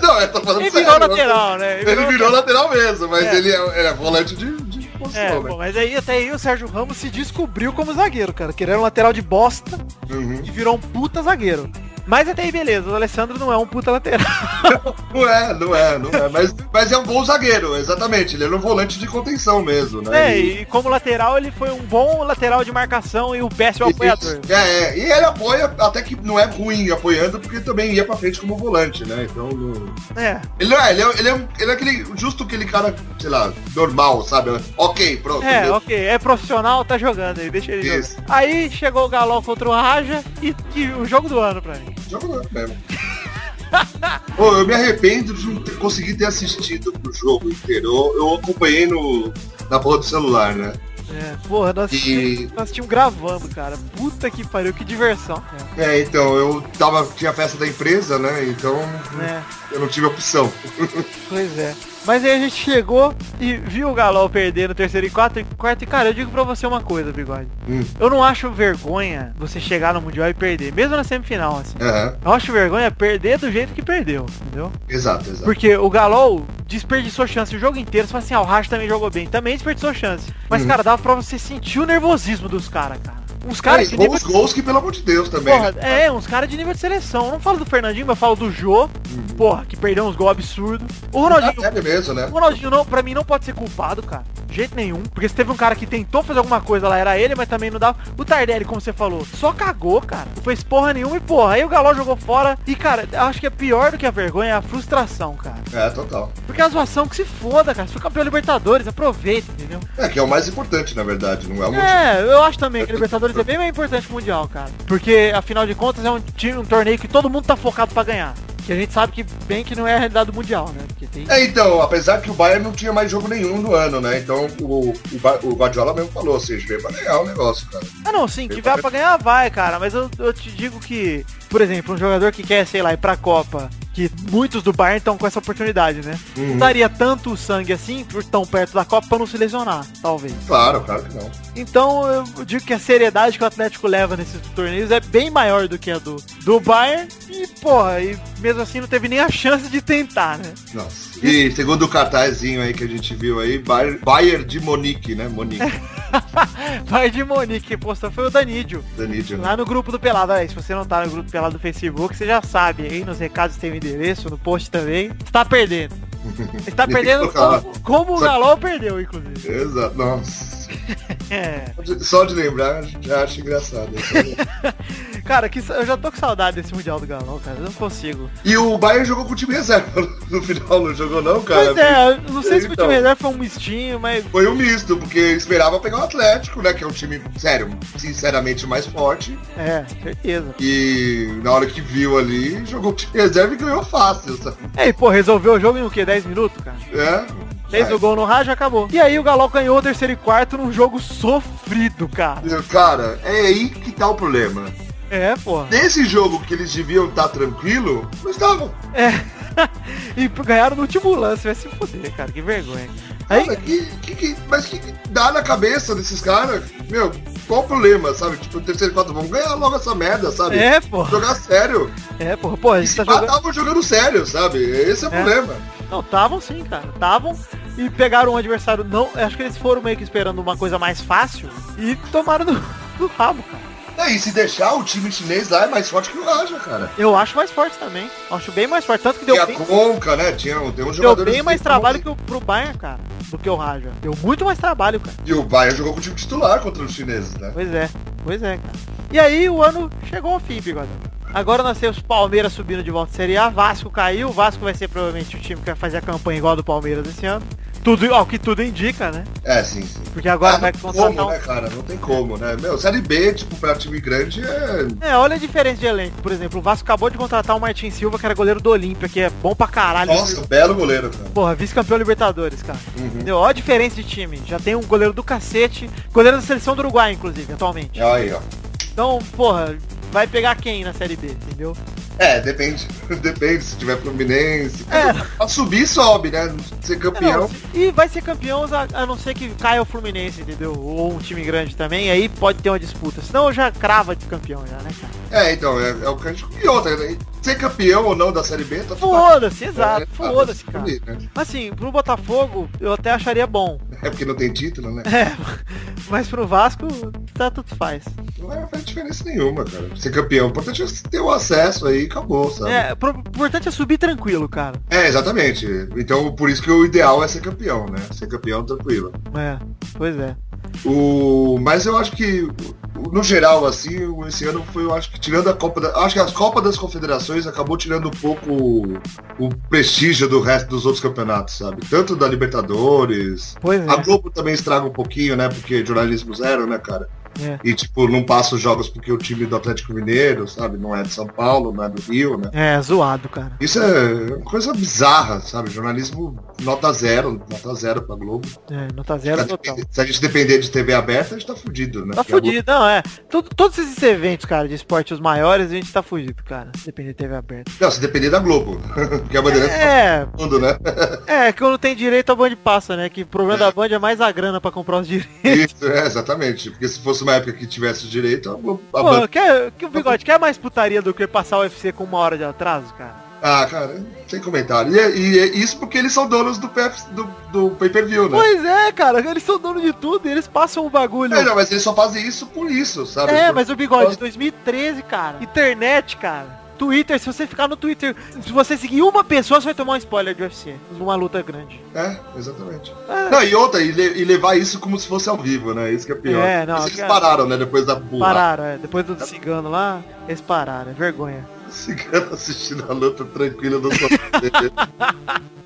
Speaker 3: não, eu tô falando
Speaker 4: ele
Speaker 3: sério,
Speaker 4: virou
Speaker 3: né?
Speaker 4: lateral, né?
Speaker 3: Ele virou lateral mesmo, mas
Speaker 4: É.
Speaker 3: ele é, é volante de, de posição,
Speaker 4: É,
Speaker 3: né?
Speaker 4: bom, mas aí até aí o Sérgio Ramos se descobriu como zagueiro, cara, que ele era um lateral de bosta
Speaker 3: Uhum.
Speaker 4: e virou um puta zagueiro. Mas até aí beleza, o Alessandro não é um puta lateral.
Speaker 3: Não é, não é, não é. Mas, mas é um bom zagueiro, exatamente. Ele era um volante de contenção mesmo, né?
Speaker 4: É, e como lateral ele foi um bom lateral de marcação e um péssimo apoiador.
Speaker 3: E- É, é, e ele apoia, até que não é ruim apoiando, porque também ia pra frente como volante, né? Então não-
Speaker 4: É,
Speaker 3: Ele não é, ele é, ele é, um- ele é aquele, justo aquele cara, sei lá, normal, sabe? Ok, pronto.
Speaker 4: É,
Speaker 3: deu.
Speaker 4: ok, é profissional, tá jogando aí, deixa ele
Speaker 3: Isso.
Speaker 4: jogar. Aí chegou o Galol contra o Raja e, e o jogo do ano pra mim.
Speaker 3: Jogo louco mesmo. né? Ô, eu me arrependo de não ter, conseguir ter assistido o jogo inteiro. Eu, eu acompanhei no, na porra do celular, né?
Speaker 4: É, porra, nós,
Speaker 3: E-
Speaker 4: nós tínhamos gravando, cara. Puta que pariu, que diversão. cara.
Speaker 3: É, então, eu tava, tinha festa da empresa, né? Então
Speaker 4: É,
Speaker 3: eu não tive opção.
Speaker 4: pois é. Mas aí a gente chegou e viu o Galol perder no terceiro e quarto, e quarto. E cara, eu digo pra você uma coisa, Bigode.
Speaker 3: Hum.
Speaker 4: Eu não acho vergonha você chegar no Mundial e perder, mesmo na semifinal, assim.
Speaker 3: Aham,
Speaker 4: Eu acho vergonha perder do jeito que perdeu, entendeu?
Speaker 3: exato, exato.
Speaker 4: Porque o Galol desperdiçou chance o jogo inteiro. Você fala assim, ah, o Raj também jogou bem. Também desperdiçou chance. Mas, cara, dava pra você sentir o nervosismo dos caras, cara. Uns
Speaker 3: Cara,
Speaker 4: caras
Speaker 3: e
Speaker 4: de
Speaker 3: gols,
Speaker 4: nível...
Speaker 3: É, gols que, pelo amor de Deus, também.
Speaker 4: Porra, é, uns caras de nível de seleção. Eu não falo do Fernandinho, mas eu falo do Jô. Porra, que perdeu uns gols absurdos. O
Speaker 3: Tá
Speaker 4: Ronaldinho...
Speaker 3: sério mesmo, né?
Speaker 4: O Ronaldinho, não, pra mim, não pode ser culpado, cara. De jeito nenhum. Porque se teve um cara que tentou fazer alguma coisa lá, era ele, mas também não dava. O Tardelli, como você falou, só cagou, cara. Não fez porra nenhuma e porra. Aí o Galol jogou fora. E, cara, eu acho que é pior do que a vergonha é a frustração, cara.
Speaker 3: É, total.
Speaker 4: Porque a zoação que se foda, cara. Se for campeão Libertadores, aproveita, entendeu?
Speaker 3: É, que é o mais importante, na verdade, não é o motivo.
Speaker 4: É, eu acho também que Libertadores é bem mais importante que o Mundial, cara. Porque, afinal de contas, é um time, um torneio que todo mundo tá focado pra ganhar. Que a gente sabe que bem que não é a realidade do mundial, né? Porque tem.
Speaker 3: É, então, apesar que o Bayern não tinha mais jogo nenhum no ano, né? Então o, o, Ba- o Guardiola mesmo falou, ou seja, veio pra ganhar o negócio, cara.
Speaker 4: Ah não, sim, que vai pra ganhar vai, cara. Mas eu, eu te digo que, por exemplo, um jogador que quer, sei lá, ir pra Copa, que muitos do Bayern estão com essa oportunidade, né?
Speaker 3: Uhum.
Speaker 4: Não daria tanto sangue assim, por tão perto da Copa, pra não se lesionar, talvez.
Speaker 3: Claro, claro que não.
Speaker 4: Então eu digo que a seriedade que o Atlético leva nesses torneios é bem maior do que a do, do Bayern. E, porra, e mesmo assim não teve nem a chance de tentar, né?
Speaker 3: Nossa. E segundo o cartazinho aí que a gente viu aí, Bayern, Bayern de Monique, né?
Speaker 4: [laughs]
Speaker 3: Monique,
Speaker 4: Vai de Monique, que postou foi o Danídio.
Speaker 3: Danídio. né?
Speaker 4: Lá no grupo do Pelado, olha aí, se você não tá no grupo do Pelado do Facebook, você já sabe, aí nos recados tem o endereço, no post também, você tá perdendo. Você tá
Speaker 3: [laughs] Tem que
Speaker 4: perdendo
Speaker 3: colocar lá.
Speaker 4: como, como o
Speaker 3: Só que-
Speaker 4: Galol perdeu, inclusive.
Speaker 3: Exato. Nossa.
Speaker 4: É.
Speaker 3: Só de lembrar, já acho engraçado.
Speaker 4: Cara, que, sa- eu já tô com saudade desse Mundial do Galol, cara, eu não consigo.
Speaker 3: E o Bayern jogou com o time reserva [laughs] no final, não jogou não, cara?
Speaker 4: pois é, eu não sei se o
Speaker 3: então.
Speaker 4: time reserva foi um mistinho, mas
Speaker 3: Foi um misto, porque esperava pegar o Atlético, né? Que é um time, sério, sinceramente mais forte.
Speaker 4: é, certeza.
Speaker 3: E na hora que viu ali, jogou o time reserva e ganhou fácil, sabe?
Speaker 4: É, e pô, resolveu o jogo em o quê? 10 minutos, cara?
Speaker 3: É?
Speaker 4: Fez o gol no rádio e acabou. E aí o Galol ganhou o terceiro e quarto num jogo sofrido, cara.
Speaker 3: Meu, Cara, é aí que tá o problema.
Speaker 4: É, porra.
Speaker 3: Nesse jogo que eles deviam estar tranquilo, não estavam.
Speaker 4: É. e ganharam no último lance, vai se fuder, cara, que vergonha. Aí,
Speaker 3: Cara, que, que, que- mas que que dá na cabeça desses caras? Meu, qual o problema, sabe? Tipo, terceiro e quarto, vamos ganhar logo essa merda, sabe?
Speaker 4: é, porra.
Speaker 3: Jogar sério.
Speaker 4: É, porra. Pô, a gente tá
Speaker 3: Ah,
Speaker 4: jogando.
Speaker 3: estavam jogando sério, sabe? Esse é o
Speaker 4: É.
Speaker 3: problema.
Speaker 4: Não, estavam sim, cara. Estavam e pegaram um adversário não. Acho que eles foram meio que esperando uma coisa mais fácil e tomaram no, [laughs] no rabo, cara.
Speaker 3: É, e se deixar o time chinês lá é mais forte que o Raja, cara.
Speaker 4: Eu acho mais forte também. Acho bem mais forte. Tanto que
Speaker 3: e
Speaker 4: deu
Speaker 3: a
Speaker 4: bem,
Speaker 3: Conca, né? Tinha, tem um
Speaker 4: deu
Speaker 3: jogador.
Speaker 4: bem mais trabalho que o, pro Bayern, cara, do que o Raja. Deu muito mais trabalho, cara.
Speaker 3: E o Bayern jogou com o time titular contra os chineses, né?
Speaker 4: Pois é, pois é, cara. E aí o ano chegou ao fim, Bigodão. Agora nós temos Palmeiras subindo de volta à Série A, Vasco caiu, o Vasco vai ser provavelmente o time que vai fazer a campanha igual a do Palmeiras esse ano. Tudo, ao que tudo indica, né?
Speaker 3: É, sim, sim.
Speaker 4: Porque agora
Speaker 3: Ah,
Speaker 4: vai
Speaker 3: não tem
Speaker 4: contratar
Speaker 3: como,
Speaker 4: um...
Speaker 3: né, cara? Não tem como, né? Meu, Série B, tipo, pra time grande é.
Speaker 4: É, olha a diferença de elenco. Por exemplo, o Vasco acabou de contratar o Martin Silva, que era goleiro do Olímpia, que é bom pra caralho.
Speaker 3: Nossa, belo goleiro, cara.
Speaker 4: Porra, vice-campeão Libertadores, cara.
Speaker 3: Uhum.
Speaker 4: Entendeu? Olha a diferença de time. Já tem um goleiro do cacete. Goleiro da seleção do Uruguai, inclusive, atualmente.
Speaker 3: Olha aí, ó.
Speaker 4: Então, porra, vai pegar quem na Série B, entendeu?
Speaker 3: É, depende. [laughs] depende, se tiver Fluminense.
Speaker 4: É.
Speaker 3: Pra subir, sobe, né? Ser
Speaker 4: É, não,
Speaker 3: campeão.
Speaker 4: se- e vai ser campeão a, a não ser que caia o Fluminense, entendeu? Ou um time grande também, aí pode ter uma disputa. Senão já crava de campeão já, né, cara?
Speaker 3: É, então, é, é o cântico. E outra, né? ser campeão ou não da Série B, tá
Speaker 4: Foda-se, exato,
Speaker 3: É, tá,
Speaker 4: foda-se, cara.
Speaker 3: subir, né?
Speaker 4: Assim, pro Botafogo eu até acharia bom.
Speaker 3: É porque não tem título, né?
Speaker 4: É, mas pro Vasco, tá tudo faz.
Speaker 3: Não vai fazer diferença nenhuma, cara. Ser campeão. O importante é ter o acesso aí e acabou, sabe? É.
Speaker 4: É, pro- o importante é subir tranquilo, cara.
Speaker 3: exatamente. Então, por isso que o ideal é ser campeão, né? Ser campeão tranquilo.
Speaker 4: É, pois é.
Speaker 3: O... Mas eu acho que, no geral, assim, esse ano foi, eu acho que tirando a Copa da... Acho que as Copas das Confederações acabou tirando um pouco o, o prestígio do resto dos outros campeonatos, sabe? Tanto da Libertadores,
Speaker 4: Pois
Speaker 3: A
Speaker 4: é.
Speaker 3: Globo também estraga um pouquinho, né? Porque jornalismo zero, né, cara?
Speaker 4: É.
Speaker 3: E, tipo, não passa os jogos porque o time do Atlético Mineiro, sabe? Não é de São Paulo, não é do Rio, né?
Speaker 4: É, zoado, cara.
Speaker 3: Isso é uma coisa bizarra, sabe? Jornalismo nota zero, nota zero pra Globo.
Speaker 4: É, nota zero total.
Speaker 3: Se a gente depender de TV aberta, a gente tá fudido, né?
Speaker 4: Tá
Speaker 3: Porque a Globo-
Speaker 4: fudido, não, é. Todo- todos esses eventos, cara, de esporte os maiores, a gente tá fudido, cara. Depende de TV aberta.
Speaker 3: Não, se depender da Globo. [laughs] porque a bandeira é.
Speaker 4: É,
Speaker 3: do mundo, né?
Speaker 4: é, que eu não tenho direito a Band passa, né? Que o problema da Band é mais a grana pra comprar os direitos.
Speaker 3: Isso, é, exatamente. Porque se fosse uma época que tivesse o direito, a Globo. a
Speaker 4: Pô,
Speaker 3: ban-
Speaker 4: quer, que o bigode quer mais putaria do que passar o UFC com uma hora de atraso, cara?
Speaker 3: Ah, cara, sem comentário. E, é- e é isso porque eles são donos do, PF do, do pay-per-view, né?
Speaker 4: Pois é, cara, eles são dono de tudo e eles passam o bagulho.
Speaker 3: É, não, mas eles só fazem isso por isso, sabe? Então,
Speaker 4: É,
Speaker 3: Por-
Speaker 4: mas o bigode, 2013, cara. Internet, cara. Twitter, se você ficar no Twitter, se você seguir uma pessoa, você vai tomar um spoiler de UFC. Uma luta grande.
Speaker 3: É, exatamente.
Speaker 4: É.
Speaker 3: Não, e outra, e, le- e levar isso como se fosse ao vivo, né? Isso que é pior.
Speaker 4: É, não,
Speaker 3: Mas eles
Speaker 4: cara-
Speaker 3: pararam, né? Depois da [laughs] burra
Speaker 4: Pararam, é. Depois do cigano lá, eles pararam. É vergonha.
Speaker 3: cigana assistindo a luta tranquila do sofá
Speaker 4: [laughs]
Speaker 3: dele.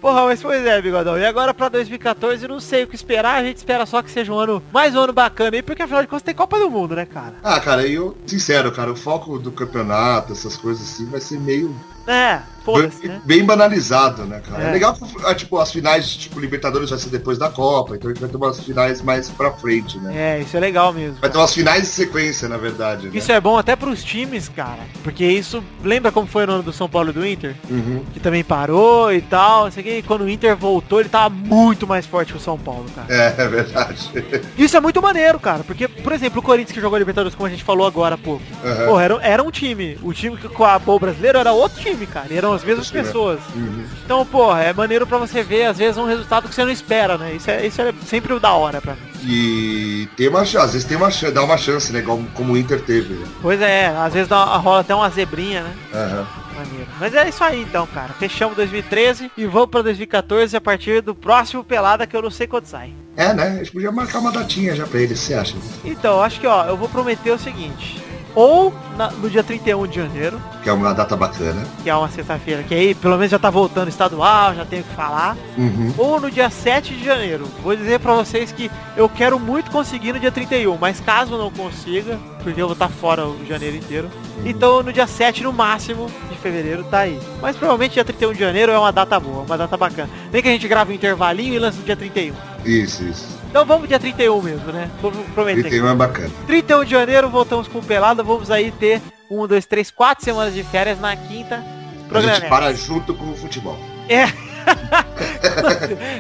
Speaker 4: Porra, mas pois é, Bigodão. E agora pra 2014, eu não sei o que esperar. A gente espera só que seja um ano, mais um ano bacana aí, porque afinal de contas tem Copa do Mundo, né, cara?
Speaker 3: Ah, cara, e eu, sincero, cara, o foco do campeonato, essas coisas assim, vai ser meio
Speaker 4: É, foda-se,
Speaker 3: Bem-
Speaker 4: né?
Speaker 3: Bem banalizado, né, cara? É,
Speaker 4: É.
Speaker 3: legal, ah, tipo, as finais, tipo, Libertadores vai ser depois da Copa, então a gente vai ter umas finais mais pra frente, né?
Speaker 4: É, isso é legal mesmo.
Speaker 3: Vai ter umas finais de sequência, na verdade, né?
Speaker 4: Isso é bom até pros times, cara. Porque isso. Lembra como foi no ano do São Paulo e do Inter?
Speaker 3: Uhum.
Speaker 4: Que também parou e tal. Não sei o que. E quando o Inter voltou, ele tava muito mais forte que o São Paulo, cara.
Speaker 3: É, é verdade.
Speaker 4: Isso é muito maneiro, cara. Porque, por exemplo, o Corinthians que jogou a Libertadores, como a gente falou agora há pouco.
Speaker 3: Aham.
Speaker 4: Porra, era, era um time. O time que acabou o brasileiro era outro time, cara. E eram as mesmas
Speaker 3: Isso, né?
Speaker 4: pessoas.
Speaker 3: Uhum.
Speaker 4: Então, porra, é maneiro pra você ver, às vezes, um resultado que você não espera, né? Isso é, isso é sempre o da hora pra mim.
Speaker 3: E tem uma chance, às vezes tem uma chance, dá uma chance, né? igual como o Inter teve. né?
Speaker 4: Pois é, às vezes dá, rola até uma zebrinha, né?
Speaker 3: Aham.
Speaker 4: Maneiro. Mas é isso aí então, cara. Fechamos 2013 e vamos pra 2014 a partir do próximo Pelada que eu não sei quando sai.
Speaker 3: É, né? A gente podia marcar uma datinha já pra ele, você acha?
Speaker 4: Então, acho que ó, eu vou prometer o seguinte. Ou na- no dia 31 de janeiro,
Speaker 3: Que é uma data bacana.
Speaker 4: que é uma sexta-feira, que aí pelo menos já tá voltando estadual, já tenho o que falar.
Speaker 3: Uhum.
Speaker 4: Ou no dia 7 de janeiro. Vou dizer pra vocês que eu quero muito conseguir no dia 31, mas caso não consiga, porque eu vou estar fora o janeiro inteiro. Então no dia 7 no máximo de fevereiro tá aí. Mas provavelmente dia 31 de janeiro é uma data boa, uma data bacana. Nem que a gente grave um intervalinho e lance no dia 31.
Speaker 3: Isso, isso.
Speaker 4: Então vamos dia 31 mesmo, né? Vou prometer.
Speaker 3: E um tem uma bacana.
Speaker 4: 31 de janeiro voltamos com o Pelada, vamos aí ter 1, 2, 3, 4 semanas de férias na quinta.
Speaker 3: A gente
Speaker 4: Programa. é né?
Speaker 3: para junto com o futebol.
Speaker 4: [laughs]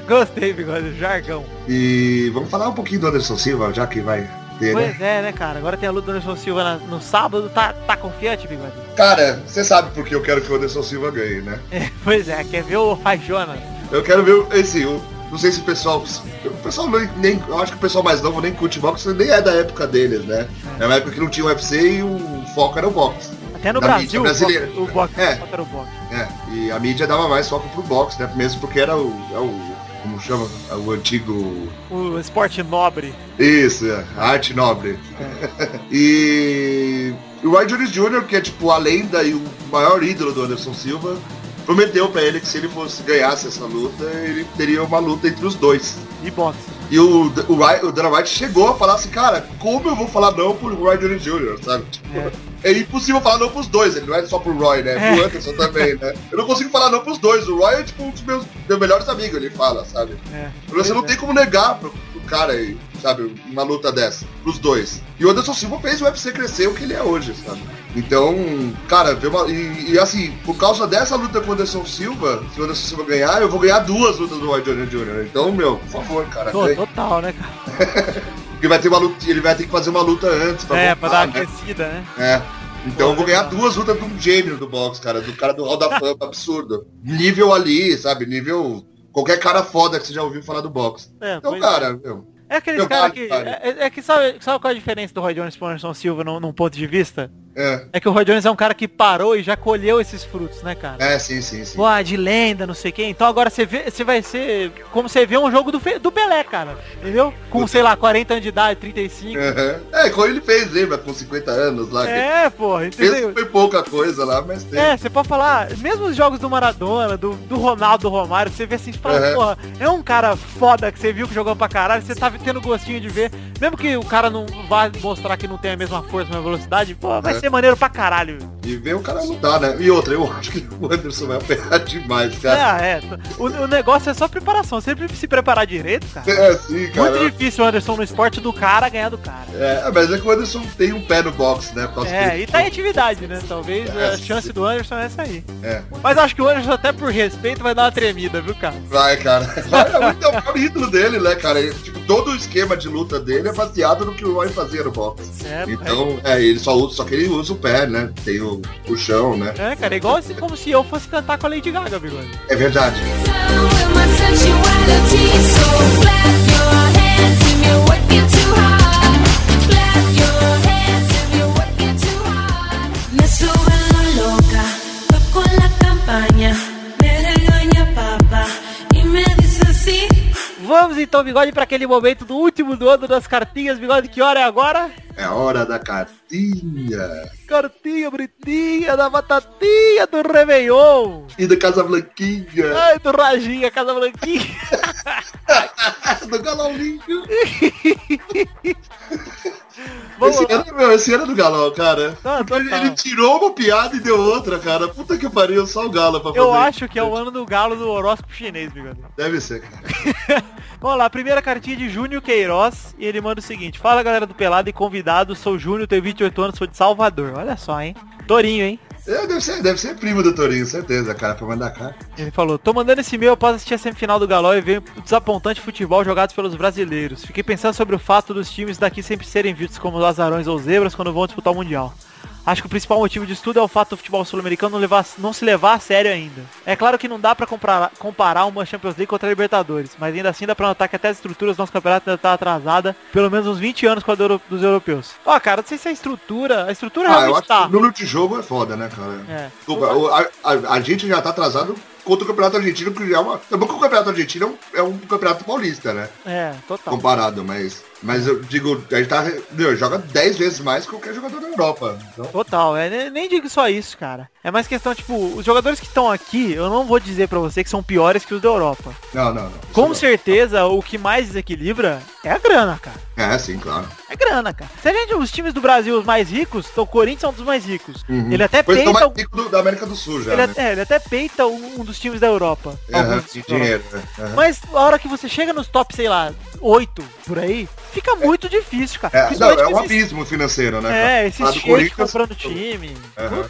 Speaker 4: Gostei, bigode, jargão.
Speaker 3: E vamos falar um pouquinho do Anderson Silva, já que vai ter, né?
Speaker 4: Pois é, né, cara? Agora tem a luta do Anderson Silva na- no sábado. Tá, tá confiante, Bigode? [laughs]
Speaker 3: Cara, você sabe porque eu quero que o Anderson Silva ganhe, né?
Speaker 4: Pois é, quer ver o Rajona?
Speaker 3: Eu quero ver esse. Eu não sei se o pessoal. O pessoal nem, nem- Eu acho que o pessoal mais novo nem curte boxe, nem é da época deles, né? É uma época que não tinha UFC e o foco era o boxe.
Speaker 4: Até no
Speaker 3: Da mídia
Speaker 4: Brasil, o
Speaker 3: brasileira.
Speaker 4: boxe- o boxe,
Speaker 3: É.
Speaker 4: o boxe era o boxe.
Speaker 3: É. E a mídia dava mais foco pro boxe, né? Mesmo porque era o. é o- como chama? É o antigo.
Speaker 4: O esporte nobre.
Speaker 3: Isso, é, a arte nobre. É. [laughs] e o Roy Jones Jr., que é tipo a lenda e o maior ídolo do Anderson Silva, prometeu pra ele que se ele fosse ganhasse essa luta, ele teria uma luta entre os dois.
Speaker 4: E boxe.
Speaker 3: E o, D- o, Ry- o Dana White chegou a falar assim, cara, como eu vou falar não pro Roy Jones Jr., sabe? Tipo, é. impossível falar não pros dois, ele não é só pro Roy, né? Pro Anderson também, né? Eu não consigo falar não pros dois, o Roy é tipo um dos meus, meus melhores amigos, ele fala, sabe?
Speaker 4: É.
Speaker 3: Você não tem como negar pro, pro cara aí, sabe, uma luta dessa, pros dois. E o Anderson Silva fez o UFC crescer o que ele é hoje, sabe? Então, cara, vê uma- e, e assim, por causa dessa luta com o Anderson Silva, se o Anderson Silva ganhar, eu vou ganhar duas lutas do Roy Jones Jr. Então, meu, por favor, cara.
Speaker 4: Tô-
Speaker 3: ganha.
Speaker 4: total, né, cara?
Speaker 3: Porque vai ter uma luta, ele vai ter que fazer uma luta antes pra voltar,
Speaker 4: é, pra dar uma
Speaker 3: né?
Speaker 4: aquecida, né?
Speaker 3: É. Então
Speaker 4: Pô,
Speaker 3: eu vou ganhar
Speaker 4: legal.
Speaker 3: duas lutas de um gênio do boxe, cara. Do cara do Hall da Fama, absurdo. Nível ali, sabe? Nível. Qualquer cara foda que você já ouviu falar do boxe.
Speaker 4: É,
Speaker 3: Então, tá,
Speaker 4: pois é.
Speaker 3: cara, meu.
Speaker 4: É aqueles
Speaker 3: meu
Speaker 4: caras
Speaker 3: cara,
Speaker 4: que.
Speaker 3: cara.
Speaker 4: É, é- é que sabe, sabe qual é a diferença do Roy Jones pro Anderson Silva num, num ponto de vista?
Speaker 3: É,
Speaker 4: É que o Roy Jones é um cara que parou e já colheu esses frutos, né, cara?
Speaker 3: é sim, sim, sim.
Speaker 4: Pô, de lenda, não sei quem. Então agora você vê, você vai ser como você vê um jogo do, Fe- do Pelé, cara. Entendeu? Com, sei lá, 40 anos de idade, 35.
Speaker 3: Uhum. [laughs] É, como ele fez, lembra? Com 50 anos lá. que
Speaker 4: É, porra,
Speaker 3: Fez
Speaker 4: entendeu?
Speaker 3: foi pouca coisa lá, mas tem.
Speaker 4: É, você pode falar, mesmo os jogos do Maradona, do, do Ronaldo, do Romário, você vê assim, você fala,
Speaker 3: Uhum.
Speaker 4: porra, é um cara foda que você viu que jogou pra caralho, você tá tendo gostinho de ver, mesmo que o cara não vá mostrar que não tem a mesma força, a mesma velocidade, pô, vai
Speaker 3: Uhum.
Speaker 4: ser maneiro pra caralho.
Speaker 3: E ver o cara lutar, né? E outra, eu [laughs] acho que o Anderson vai apanhar demais, cara.
Speaker 4: É, é, o, o negócio é só preparação, sempre se preparar direito, cara.
Speaker 3: É, sim, cara.
Speaker 4: Muito difícil o Anderson no esporte do cara ganhar do cara.
Speaker 3: É, mas é que o Anderson tem um pé no boxe, né? Por causa
Speaker 4: É,
Speaker 3: que-
Speaker 4: e tá em atividade, né? Talvez
Speaker 3: É,
Speaker 4: a chance do Anderson é essa aí.
Speaker 3: É.
Speaker 4: Mas acho que o Anderson, até por respeito, vai dar uma tremida, viu, cara?
Speaker 3: Vai, cara. Vai, é muito é o maior ídolo dele, né, cara? Ele, tipo, todo o esquema de luta dele é baseado no que o Roy fazia no boxe.
Speaker 4: É,
Speaker 3: Então, é, ele só usa, só que ele usa o pé, né? Tem o, o chão, né?
Speaker 4: é, cara, é igual se, como se eu fosse cantar com a Lady Gaga, bigode.
Speaker 3: É verdade.
Speaker 6: Me sube la loca, va con la campaña, me regaña papá y me dice así.
Speaker 4: Vamos então, bigode, pra aquele momento do último do ano das cartinhas, bigode, que hora é agora?
Speaker 3: É a hora da cartinha
Speaker 4: Cartinha bonitinha da batatinha do Réveillon.
Speaker 3: e da Casa Blanquinha,
Speaker 4: Ai, do Rajinha, Casa Blanquinha.
Speaker 3: do Galolinho.
Speaker 4: Vamos
Speaker 3: esse,
Speaker 4: lá.
Speaker 3: ano, meu, esse ano é do Galão, cara.
Speaker 4: Não, então tá.
Speaker 3: Ele,
Speaker 4: total.
Speaker 3: ele tirou uma piada e deu outra, cara. Puta que pariu, só o Galo pra fazer.
Speaker 4: Eu
Speaker 3: isso.
Speaker 4: acho que é o ano do galo do horóscopo chinês, Bigode.
Speaker 3: Deve ser, cara.
Speaker 4: Vamos lá, primeira cartinha de Júnior Queiroz e ele manda o seguinte. Fala galera do Pelado e convidado, sou Júnior, tenho 28 anos, sou de Salvador. Olha só, hein? Torinho, hein?
Speaker 3: É, deve, ser, deve ser primo do Torinho, certeza, cara, pra mandar cá.
Speaker 4: Ele falou, tô mandando esse e-mail após assistir a semifinal do Galol e ver o desapontante futebol jogado pelos brasileiros. Fiquei pensando sobre o fato dos times daqui sempre serem vistos como lazarões ou zebras quando vão disputar o Mundial. Acho que o principal motivo disso tudo é o fato do futebol sul-americano não, levar- não se levar a sério ainda. É claro que não dá pra comparar, comparar uma Champions League contra a Libertadores, mas ainda assim dá pra notar que até as estruturas do nosso campeonato ainda tá atrasada pelo menos uns 20 anos com a do euro- dos europeus. Ó, cara, não sei se a estrutura... A estrutura
Speaker 3: Ah, eu
Speaker 4: realmente
Speaker 3: acho
Speaker 4: tá.
Speaker 3: que o número de jogo é foda, né, cara?
Speaker 4: É.
Speaker 3: Desculpa, o- a, a- a gente já tá atrasado contra o Campeonato Argentino, que já é uma. Tá bom que o Campeonato Argentino é um, é um campeonato paulista, né?
Speaker 4: É, total.
Speaker 3: Comparado, mas. Mas eu digo, a gente tá. Meu, joga 10 vezes mais que qualquer jogador da Europa. Então,
Speaker 4: Total, é, ne- nem digo só isso, cara. É mais questão, tipo, os jogadores que estão aqui, eu não vou dizer pra você que são piores que os da Europa.
Speaker 3: não, não, não. Isso
Speaker 4: Com
Speaker 3: não.
Speaker 4: certeza, o que mais desequilibra é a grana, cara.
Speaker 3: É, sim, claro.
Speaker 4: É grana, cara. Se a gente, os times do Brasil, os mais ricos, então o Corinthians é um dos mais ricos.
Speaker 3: Uhum.
Speaker 4: Ele até
Speaker 3: Foi o
Speaker 4: peita,
Speaker 3: mais
Speaker 4: o-
Speaker 3: rico do- da América do Sul já,
Speaker 4: É ele,
Speaker 3: né?
Speaker 4: até, ele até peita um, um dos times da Europa.
Speaker 3: Aham,
Speaker 4: Alguns
Speaker 3: de
Speaker 4: times da
Speaker 3: dinheiro.
Speaker 4: Europa.
Speaker 3: né? Aham.
Speaker 4: Mas a hora que você chega nos top, sei lá, 8 por aí, fica muito difícil, cara.
Speaker 3: É, não,
Speaker 4: Principalmente
Speaker 3: é um
Speaker 4: esses-
Speaker 3: abismo financeiro, né? cara?
Speaker 4: É,
Speaker 3: Lá
Speaker 4: esses
Speaker 3: do
Speaker 4: cheios
Speaker 3: Corinthians-
Speaker 4: comprando time.
Speaker 3: Aham.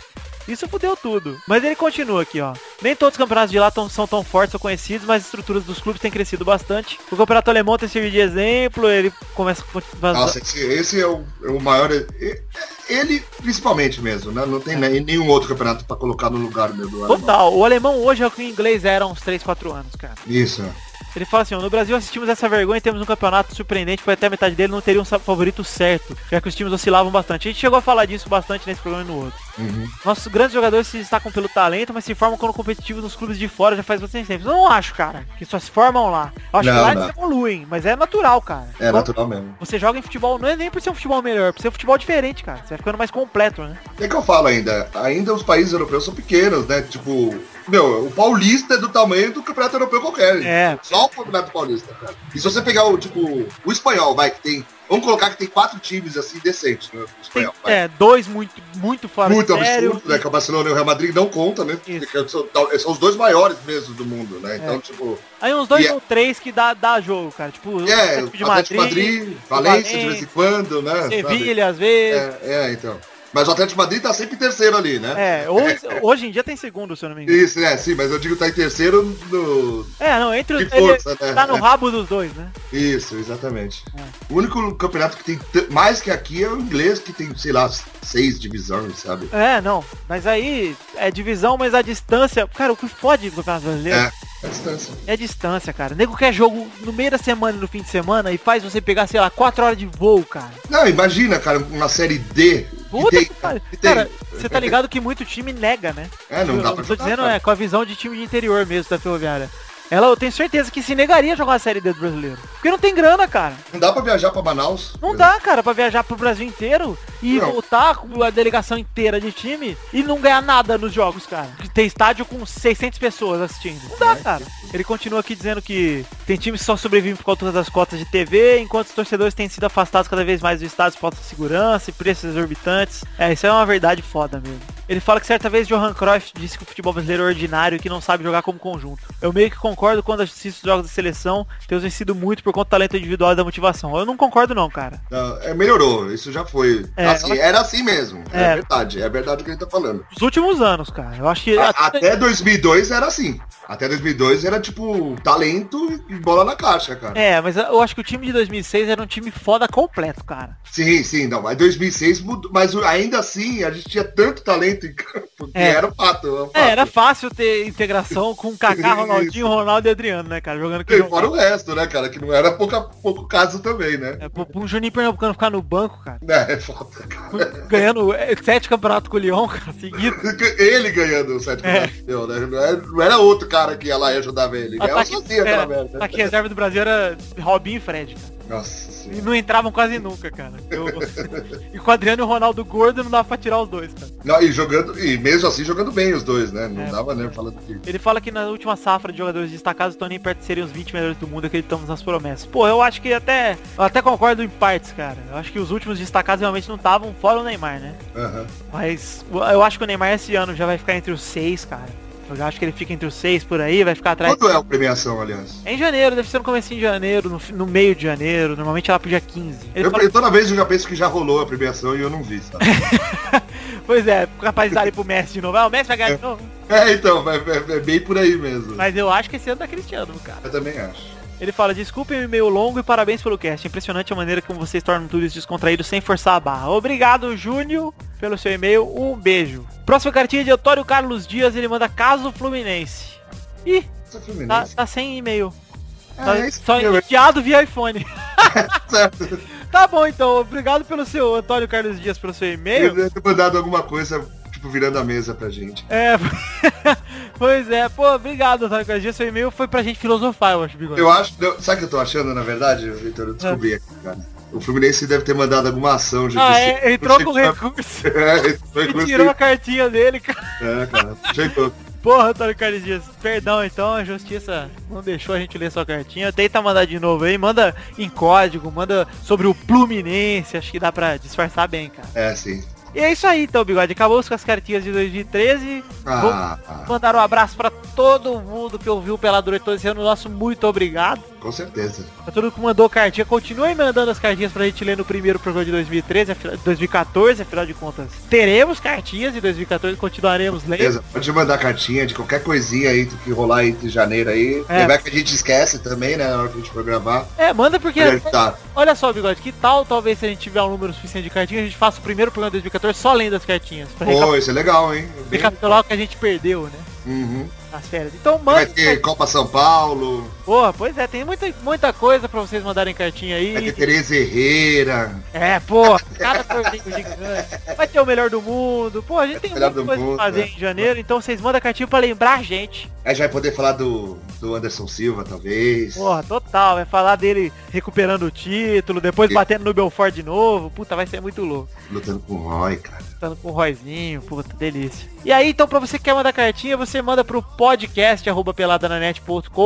Speaker 4: Isso fudeu tudo. Mas ele continua aqui, ó. Nem todos os campeonatos de lá tão- são tão fortes ou conhecidos, mas as estruturas dos clubes têm crescido bastante. O campeonato alemão tem servido de exemplo, ele começa com...
Speaker 3: Nossa, esse, esse é, o, é o maior. e- Ele, principalmente mesmo, né? Não tem né, nenhum outro campeonato pra colocar no lugar do do alemão.
Speaker 4: É. Total, o alemão hoje é o que o inglês era há uns 3, 4 anos, cara.
Speaker 3: Isso. é,
Speaker 4: Ele fala assim, ó, no Brasil assistimos essa vergonha e temos um campeonato surpreendente, pois até a metade dele não teria um sa- favorito certo, já que os times oscilavam bastante. A gente chegou a falar disso bastante nesse programa e no outro.
Speaker 3: Uhum.
Speaker 4: Nossos grandes jogadores se destacam pelo talento, mas se formam quando competitivos nos clubes de fora já faz bastante tempo. Eu não acho, cara, que só se formam lá. Eu acho que
Speaker 3: Não,
Speaker 4: lá
Speaker 3: não.
Speaker 4: eles evoluem, mas é natural, cara.
Speaker 3: É
Speaker 4: Igual
Speaker 3: natural mesmo.
Speaker 4: Você joga em futebol, não é nem por ser um futebol melhor, é por ser um futebol diferente, cara. Você vai ficando mais completo, né?
Speaker 3: É que eu falo ainda. Ainda os países europeus são pequenos, né? Tipo, meu, o paulista é do tamanho do campeonato europeu qualquer.
Speaker 4: É.
Speaker 3: Só o campeonato paulista, cara. E se você pegar o, tipo, o espanhol, vai, que tem. Vamos colocar que tem quatro times assim decentes, né? O
Speaker 4: Tem,
Speaker 3: espanhol, vai.
Speaker 4: é, dois muito, muito fora
Speaker 3: Muito
Speaker 4: de sério.
Speaker 3: absurdo, né? Que o Barcelona e o Real Madrid não conta, né?
Speaker 4: Isso. É.
Speaker 3: Porque São, são os dois maiores mesmo do mundo, né? Então, tipo,
Speaker 4: Aí uns dois
Speaker 3: E é-
Speaker 4: ou três que dá, dá jogo, cara. Tipo, o
Speaker 3: É,
Speaker 4: Atlético
Speaker 3: de Madrid, Madrid Valência de vez em quando, né? sabe?
Speaker 4: Sevilha, às vezes.
Speaker 3: É, é, então. Mas o Atlético de Madrid tá sempre em terceiro ali, né?
Speaker 4: É, hoje, hoje em dia tem segundo, se eu não me engano.
Speaker 3: Isso, é, sim, mas eu digo tá em terceiro no.
Speaker 4: É, não, entre os
Speaker 3: De
Speaker 4: ele
Speaker 3: força, né?
Speaker 4: tá no rabo dos dois, né?
Speaker 3: Isso, exatamente.
Speaker 4: É.
Speaker 3: O único campeonato que tem t- mais que aqui é o inglês, que tem, sei lá, seis divisões, sabe?
Speaker 4: É, não. Mas aí é divisão, mas a distância. Cara, o que fode do Campeonato Brasileiro
Speaker 3: É a distância.
Speaker 4: é, a distância, cara. O nego quer jogo no meio da semana e no fim de semana e faz você pegar, sei lá, 4 horas de voo, cara.
Speaker 3: Não, imagina, cara, uma série D. que
Speaker 4: Puta
Speaker 3: tem-
Speaker 4: que pariu.
Speaker 3: que tem-
Speaker 4: Cara, você tá ligado que muito time nega, né?
Speaker 3: É, não
Speaker 4: eu,
Speaker 3: dá
Speaker 4: eu
Speaker 3: pra
Speaker 4: tô
Speaker 3: jogar,
Speaker 4: dizendo,
Speaker 3: cara.
Speaker 4: é, com a visão de time de interior mesmo da Ferroviária. Ela, eu tenho certeza que se negaria a jogar a Série D do brasileiro. Porque não tem grana, cara.
Speaker 3: Não dá pra viajar pra Manaus.
Speaker 4: é Não
Speaker 3: né?
Speaker 4: dá, cara, pra viajar pro Brasil inteiro e
Speaker 3: Não.
Speaker 4: voltar com a delegação inteira de time e não ganhar nada nos jogos, cara. Tem estádio com 600 pessoas assistindo. Não dá, cara. Ele continua aqui dizendo que tem times que só sobrevivem por conta das cotas de TV, enquanto os torcedores têm sido afastados cada vez mais do estádio por falta de segurança e preços exorbitantes. É, isso é uma verdade foda mesmo. Ele fala que certa vez Johan Cruyff disse que o futebol brasileiro é ordinário e que não sabe jogar como conjunto. Eu meio que concordo quando assisto os jogos da seleção, tenho vencido muito por conta do talento individual e da motivação. Eu não concordo não, cara.
Speaker 3: Não, é, melhorou, isso já foi.
Speaker 4: É,
Speaker 3: Assim,
Speaker 4: ela-
Speaker 3: Era assim mesmo. É.
Speaker 4: É.
Speaker 3: verdade, é verdade o que ele tá falando.
Speaker 4: Os últimos anos, cara. Eu acho que.
Speaker 3: A- Até 2002 era assim. Até 2002 era tipo talento e bola na caixa, cara.
Speaker 4: É, mas eu acho que o time de 2006 era um time foda completo, cara.
Speaker 3: Sim, sim, não. Mas 2006 mudou, mas o- ainda assim a gente tinha tanto talento em campo que
Speaker 4: É.
Speaker 3: era um fato. um fato.
Speaker 4: É, era fácil ter integração
Speaker 3: [laughs]
Speaker 4: com Kaká, Ronaldinho, Ronaldo e Adriano, né, cara? Jogando que
Speaker 3: E
Speaker 4: jogava.
Speaker 3: fora o resto, né, cara? Que não era pouca, pouco caso também, né?
Speaker 4: É, pra pra um Juninho Pernambucano ficar no banco, cara.
Speaker 3: É, é foda, cara.
Speaker 4: Ganhando é, sete campeonatos com o Lyon, cara, seguido.
Speaker 3: [laughs] Ele ganhando o sétimo
Speaker 4: É.
Speaker 3: campeão, né? Não era, não era outro cara que ia lá e ajudava ele. Ele ganhava
Speaker 4: Ataque,
Speaker 3: sozinho
Speaker 4: é,
Speaker 3: aquela merda.
Speaker 4: ataque reserva do Brasil era Robinho e Fred, cara.
Speaker 3: Nossa
Speaker 4: E
Speaker 3: senhora.
Speaker 4: não entravam quase nunca, cara.
Speaker 3: [laughs]
Speaker 4: Eu- [laughs] e com o Adriano e o Ronaldo gordo não dava pra tirar os dois, cara.
Speaker 3: Não, e jogando, e mesmo assim jogando bem os dois, né? Não
Speaker 4: É.
Speaker 3: dava nem falando que.
Speaker 4: Ele fala que na última safra de jogadores destacados estão nem perto de serem os 20 um melhores do mundo, acreditamos nas promessas. Pô, eu acho que até. Eu até concordo em partes, cara. Eu acho que os últimos destacados realmente não estavam fora o Neymar, né?
Speaker 3: Aham.
Speaker 4: Mas eu acho que o Neymar esse ano já vai ficar entre os seis, cara. Eu acho que ele fica entre os seis por aí, vai ficar atrás.
Speaker 3: Quando é a premiação, aliás?
Speaker 4: É em janeiro, deve ser no comecinho de janeiro, no, fi- no meio de janeiro, normalmente é lá pro dia 15. Ele
Speaker 3: Eu,
Speaker 4: fala-
Speaker 3: toda vez eu já penso que já rolou a premiação e eu não vi, sabe?
Speaker 4: pois é, capaz de dar ele pro Messi de novo. Ah, o Messi vai ganhar de novo.
Speaker 3: é, então, é, é- é bem por aí mesmo.
Speaker 4: Mas eu acho que esse ano tá cristiano, cara.
Speaker 3: Eu também acho.
Speaker 4: Ele fala, desculpem o e-mail longo e parabéns pelo cast. É Impressionante a maneira como vocês tornam tudo isso descontraído sem forçar a barra. Obrigado, Júnior, pelo seu e-mail. Um beijo. Próxima cartinha é de Antônio Carlos Dias, ele manda caso Fluminense. Ih,
Speaker 3: Isso é
Speaker 4: tá,
Speaker 3: Fluminense.
Speaker 4: tá sem e-mail.
Speaker 3: Ah, é
Speaker 4: Tá-
Speaker 3: isso
Speaker 4: só
Speaker 3: mesmo, é
Speaker 4: enviado via iPhone. [laughs]
Speaker 3: certo.
Speaker 4: tá bom então, obrigado pelo seu, Antônio Carlos Dias, pelo seu e-mail.
Speaker 3: Ele deve ter mandado alguma coisa, tipo, virando a mesa pra gente.
Speaker 4: É, [laughs] pois é, pô, obrigado, Antônio Carlos Dias. Seu e-mail foi pra gente filosofar, eu acho, Bigode.
Speaker 3: Eu acho. eu- sabe o que eu tô achando, na verdade, Vitor? Eu descobri aqui, cara. O Fluminense deve ter mandado alguma ação de.
Speaker 4: Ah,
Speaker 3: justiça-
Speaker 4: é, entrou com recurso.
Speaker 3: [laughs] É, entrou
Speaker 4: [laughs] E
Speaker 3: com
Speaker 4: tirou a cartinha dele, cara.
Speaker 3: É, cara. Jeitou.
Speaker 4: Porra, Antônio Carlos Dias, perdão então, a justiça não deixou a gente ler sua cartinha. Tenta mandar de novo aí, manda em código, manda sobre o Pluminense, acho que dá pra disfarçar bem, cara.
Speaker 3: É, sim.
Speaker 4: E é isso aí então, Bigode, acabou com as cartinhas de 2013.
Speaker 3: Ah,
Speaker 4: Vou
Speaker 3: ah,
Speaker 4: mandar um abraço pra todo mundo que ouviu pela durante todo esse ano, nosso muito obrigado.
Speaker 3: com certeza.
Speaker 4: Pra todo mundo que mandou cartinha, continue mandando as cartinhas pra gente ler no primeiro programa de 2013, afinal- 2014, afinal de contas. Teremos cartinhas em 2014, continuaremos lendo.
Speaker 3: Beleza, pode mandar cartinha de qualquer coisinha aí que rolar entre janeiro aí.
Speaker 4: É.
Speaker 3: Lembrar que a gente esquece também, né? Na hora que a gente for gravar. tá.
Speaker 4: É, manda porque
Speaker 3: Pra ajudar.
Speaker 4: Olha só, Bigode, que tal talvez se a gente tiver um número suficiente de cartinhas, a gente faça o primeiro programa de 2014 só lendo as cartinhas. Pra
Speaker 3: Pô,
Speaker 4: recapi-
Speaker 3: isso é legal, hein? Bem-
Speaker 4: recapitular o que a gente perdeu, né?
Speaker 3: Uhum.
Speaker 4: Nas férias. Então
Speaker 3: Vai
Speaker 4: manda.
Speaker 3: ter Copa São Paulo,
Speaker 4: Porra, pois é, tem muita, muita coisa pra vocês mandarem cartinha
Speaker 3: vai ter
Speaker 4: aí.
Speaker 3: Tereza Herrera.
Speaker 4: É, porra, cada torneio gigante. Vai ter o melhor do mundo. Pô, a gente tem
Speaker 3: É Melhor
Speaker 4: muita
Speaker 3: do
Speaker 4: coisa
Speaker 3: mundo,
Speaker 4: pra fazer
Speaker 3: né?
Speaker 4: em janeiro, então vocês mandam cartinha pra lembrar a gente.
Speaker 3: A gente vai poder falar do, do Anderson Silva, talvez.
Speaker 4: Porra, total. Vai falar dele recuperando o título, depois batendo no Belfort de novo. Puta, vai ser muito louco.
Speaker 3: Lutando com o Roy, cara.
Speaker 4: Tando com o Roizinho, puta, delícia. E aí, então, pra você que quer mandar cartinha, você manda pro podcast arroba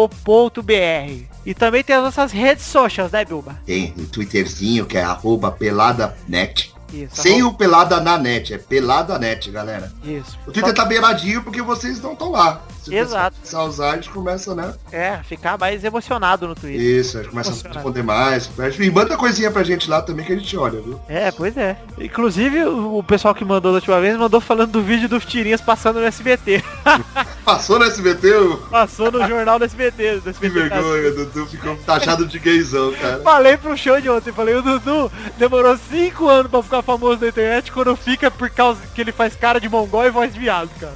Speaker 4: peladananet.com.br. E também tem as nossas redes sociais, né, Bilba?
Speaker 3: Tem o Twitterzinho, que é arroba peladanet.
Speaker 4: Isso.
Speaker 3: Sem
Speaker 4: arroba-
Speaker 3: o pelada na net, é pelada net, galera.
Speaker 4: Isso.
Speaker 3: O Twitter
Speaker 4: Só-
Speaker 3: tá beiradinho porque vocês não estão lá. Se o
Speaker 4: Exato.
Speaker 3: pessoal começar a usar, a gente começa, né?
Speaker 4: É, ficar mais emocionado no Twitter.
Speaker 3: Isso, a gente começa a
Speaker 4: Funciona.
Speaker 3: responder mais. E manda coisinha pra gente lá também que a gente olha, viu?
Speaker 4: É, pois é. Inclusive, o o pessoal que mandou da última vez mandou falando do vídeo dos tirinhas passando no SBT.
Speaker 3: Passou no SBT, o-
Speaker 4: [laughs] Passou no jornal do SBT. Do
Speaker 3: que
Speaker 4: SBT
Speaker 3: vergonha,
Speaker 4: assim.
Speaker 3: Dudu ficou taxado de gaysão, cara.
Speaker 4: Falei pro show de ontem, falei, o Dudu demorou 5 anos pra ficar famoso na internet quando fica por causa que ele faz cara de mongol e voz de viado, cara.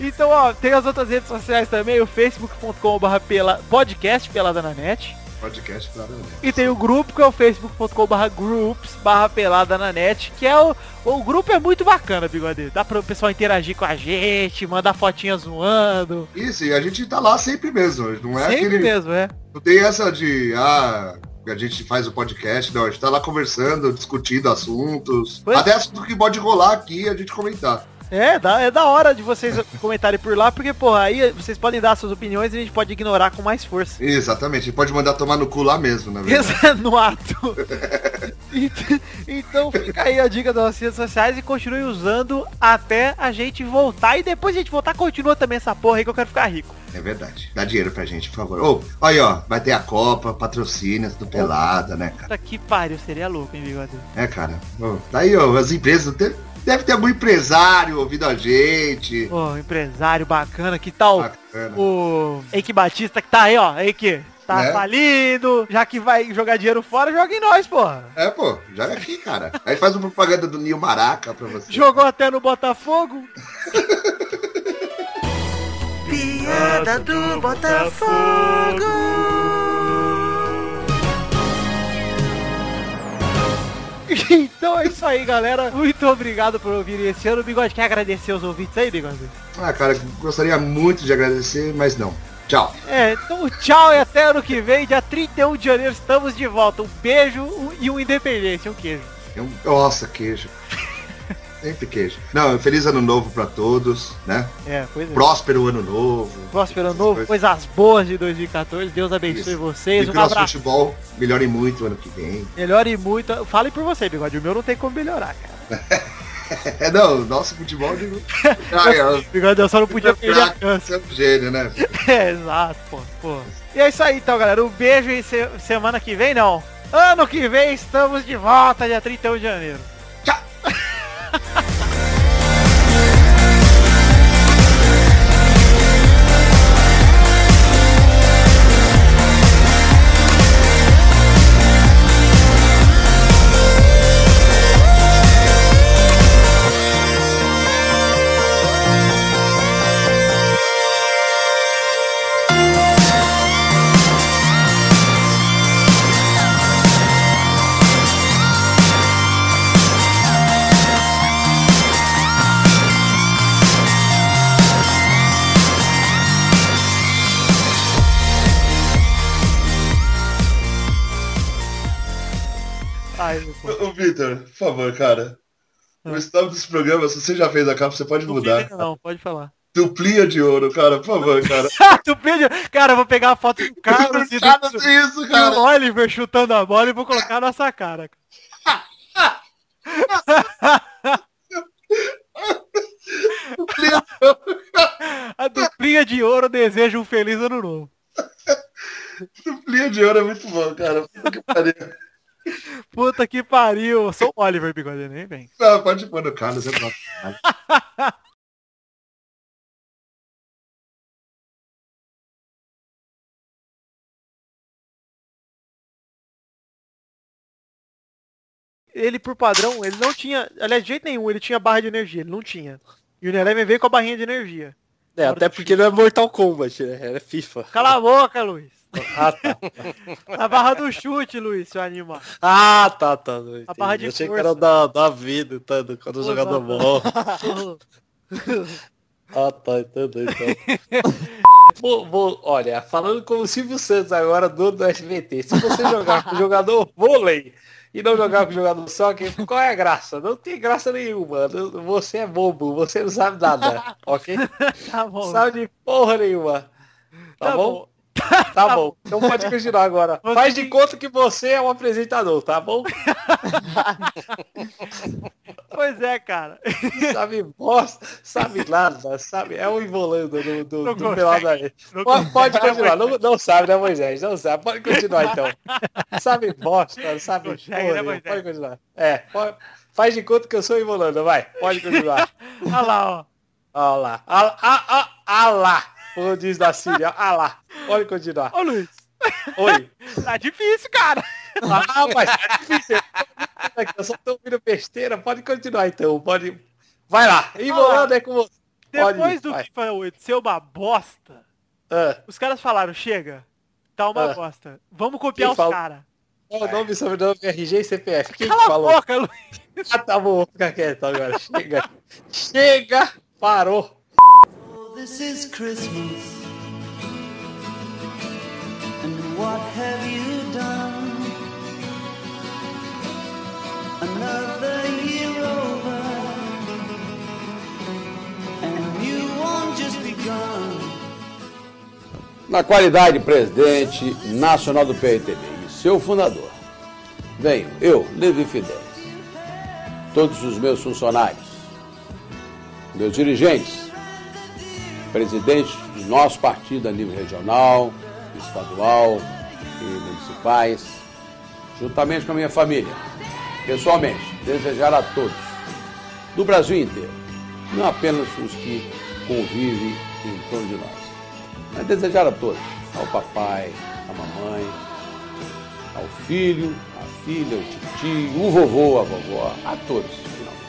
Speaker 4: então, ó, tem as outras redes sociais também, o facebook.com.br pela, podcast pelada na net.
Speaker 3: Podcast, claro, né?
Speaker 4: E tem o grupo que é o facebook.com.br groups barra pelada na net, que é o. O grupo é muito bacana, bigode. Dá pro pessoal interagir com a gente, mandar fotinha zoando.
Speaker 3: Isso, e a gente tá lá sempre mesmo. Não é
Speaker 4: Sempre
Speaker 3: aquele.
Speaker 4: mesmo, é.
Speaker 3: Não tem essa de, ah, a gente faz o podcast, não. A gente tá lá conversando, discutindo assuntos.
Speaker 4: Pois-
Speaker 3: Até assunto que pode rolar aqui e a gente comentar.
Speaker 4: É, dá- é da hora de vocês [laughs] comentarem por lá, porque, porra, aí vocês podem dar suas opiniões e a gente pode ignorar com mais força. é
Speaker 3: Exatamente, a gente pode mandar tomar no cu lá mesmo, na [laughs] verdade. [laughs]
Speaker 4: no ato. Ent- então fica aí a dica das nossas redes sociais e continue usando até a gente voltar. E depois a gente voltar, continua também essa porra aí que eu quero ficar rico.
Speaker 3: É verdade. Dá dinheiro pra gente, por favor. Ô, aí, ó, vai ter a Copa, patrocínios do Pelada, né, cara?
Speaker 4: Puta que pariu, seria louco, hein, bigode?
Speaker 3: É, cara. Ô, tá aí, ó, as empresas. Deve, deve ter algum empresário ouvindo a gente.
Speaker 4: Pô, empresário bacana, que tal
Speaker 3: Bacana.
Speaker 4: o Eike Batista que tá aí, ó, Eike. Tá
Speaker 3: Né?
Speaker 4: falido, já que vai jogar dinheiro fora, joga em nós, porra.
Speaker 3: É, pô, joga aqui, cara. Aí faz uma propaganda do Nil Maraca pra você.
Speaker 4: Jogou até no Botafogo?
Speaker 5: Piada do Botafogo.
Speaker 4: Então é isso aí, galera. Muito obrigado por ouvir esse ano. O Bigode quer agradecer os ouvintes aí, Bigode?
Speaker 3: Ah, cara, gostaria muito de agradecer, mas não. Tchau.
Speaker 4: É, então tchau e até ano que vem, dia 31 de janeiro, estamos de volta. Um beijo um- e um independência, um queijo.
Speaker 3: É um- Nossa, queijo. Sempre queijo. Não, feliz ano novo pra todos, né?
Speaker 4: É, pois é.
Speaker 3: Próspero ano novo.
Speaker 4: Próspero ano novo, coisas boas de 2014. Deus abençoe
Speaker 3: Isso. E
Speaker 4: vocês.
Speaker 3: que
Speaker 4: Um
Speaker 3: nosso
Speaker 4: abraço.
Speaker 3: futebol melhore muito ano que vem. [laughs]
Speaker 4: Melhore muito. Fale por você, bigode. O meu não tem como melhorar, cara.
Speaker 3: É, não, nosso futebol. de-
Speaker 4: [laughs]
Speaker 3: Ah, é,
Speaker 4: Bigode, eu só não podia perder a
Speaker 3: craque,
Speaker 4: chance.
Speaker 3: você
Speaker 4: [laughs]
Speaker 3: é um gênio, né?
Speaker 4: É, exato, pô, pô. E é isso aí então, galera. Um beijo e se- semana que vem não. Ano que vem estamos de volta, dia 31 de janeiro.
Speaker 3: Tchau.
Speaker 4: Ai, meu pô.
Speaker 3: Ô, ô, Vitor, por favor, cara. O estado desse programa, se você já fez a capa, você pode
Speaker 4: Ah. Não
Speaker 3: mudar.
Speaker 4: fica, Não, pode falar. [laughs]
Speaker 3: Duplinha de ouro, cara, por favor, cara.
Speaker 4: Tu pede... Cara, eu vou pegar a foto do Carlos e do,
Speaker 3: Cara, não
Speaker 4: e
Speaker 3: tem isso,
Speaker 4: do
Speaker 3: cara.
Speaker 4: Oliver chutando a bola e vou colocar na nossa cara.
Speaker 3: Duplinha.
Speaker 4: A duplinha de ouro deseja um feliz ano novo.
Speaker 3: Duplinha de ouro é muito bom, cara. Puta que pariu.
Speaker 4: Puta que pariu. Eu sou o Oliver Bigode, nem vem.
Speaker 3: Não, Ah, pode pôr no Carlos, é bom.
Speaker 4: Ele, por padrão, ele não tinha... Aliás, de jeito nenhum, ele tinha barra de energia. Ele não tinha. E o Eleven veio com a barrinha de energia.
Speaker 7: É, até porque não é Mortal Kombat, né? É FIFA.
Speaker 4: Cala a boca, Luiz.
Speaker 7: Ah, tá.
Speaker 4: A barra do chute, Luiz, seu
Speaker 7: [laughs]
Speaker 4: animal.
Speaker 7: Ah, tá, tá. não
Speaker 4: A barra
Speaker 7: entendi.
Speaker 4: de
Speaker 7: Eu achei que
Speaker 4: força.
Speaker 7: era da, da vida, tá? do- Quando o
Speaker 4: Pô,
Speaker 7: jogador
Speaker 4: tá.
Speaker 7: morre. Ah, tá, entendeu, então.
Speaker 4: [laughs]
Speaker 7: Vou- vou- olha, falando como o Silvio Santos agora, dono do SBT, se você jogar com o jogador vôlei e não jogar com o jogador soccer, qual é a graça? Não tem graça nenhuma. Não- Você é bobo, você não sabe nada,
Speaker 4: [laughs]
Speaker 7: ok?
Speaker 4: Tá bom.
Speaker 7: Não sabe de porra nenhuma. Tá,
Speaker 4: Tá
Speaker 7: bom? Tá bom. Então pode
Speaker 4: [laughs]
Speaker 7: continuar agora.
Speaker 4: Você
Speaker 7: Faz de
Speaker 4: tem-
Speaker 7: conta que você é um apresentador, tá bom?
Speaker 4: Pois é, cara.
Speaker 7: Sabe bosta, sabe nada, sabe? É o Involando do, do,
Speaker 4: Não
Speaker 7: do
Speaker 4: consegue.
Speaker 7: Pelada aí.
Speaker 4: Não
Speaker 7: Pode, pode
Speaker 4: consegue,
Speaker 7: continuar, não, não sabe, né, Moisés? Não sabe, pode continuar então. Sabe bosta, sabe
Speaker 4: Consegue,
Speaker 7: porra,
Speaker 4: né,
Speaker 7: nenhuma.
Speaker 4: Moisés?
Speaker 7: pode continuar. É, pode- faz de conta que eu sou Involando, vai, pode continuar.
Speaker 4: Olha lá, ó.
Speaker 7: Olha lá, olha lá, olha lá, como diz da Síria, olha lá, pode continuar.
Speaker 4: Ô, Luiz.
Speaker 7: Oi.
Speaker 4: Tá difícil, cara.
Speaker 7: Ah, mas tá difícil. né? Eu só tô ouvindo besteira, pode continuar então, pode... Vai lá, Involando é com você. Pode ir,
Speaker 4: Depois do
Speaker 7: vai.
Speaker 4: FIFA 8 ser uma bosta,
Speaker 7: Ah.
Speaker 4: os caras falaram, chega, tá uma
Speaker 7: Ah.
Speaker 4: bosta. Vamos copiar
Speaker 7: Quem
Speaker 4: os
Speaker 7: falou?
Speaker 4: caras.
Speaker 7: Qual o nome, sobrenome, RG e CPF? Quem
Speaker 4: Cala
Speaker 7: falou?
Speaker 4: a boca, Luiz.
Speaker 7: Ah, tá bom, fica quieto agora. Chega. Chega. Parou.
Speaker 5: Oh, this is Christmas. And what have you done? Another year over. And you won't just begun.
Speaker 8: na qualidade de presidente nacional do PRTB e seu fundador, venho eu, Levi Fidel, todos os meus funcionários, meus dirigentes, presidentes do nosso partido a nível regional, estadual e municipais, juntamente com a minha família, pessoalmente, desejar a todos, do Brasil inteiro, não apenas os que convivem em torno de nós, mas desejar a todos, ao papai, à mamãe, ao filho, à filha, ao tio, o vovô, a vovó, a todos, finalmente.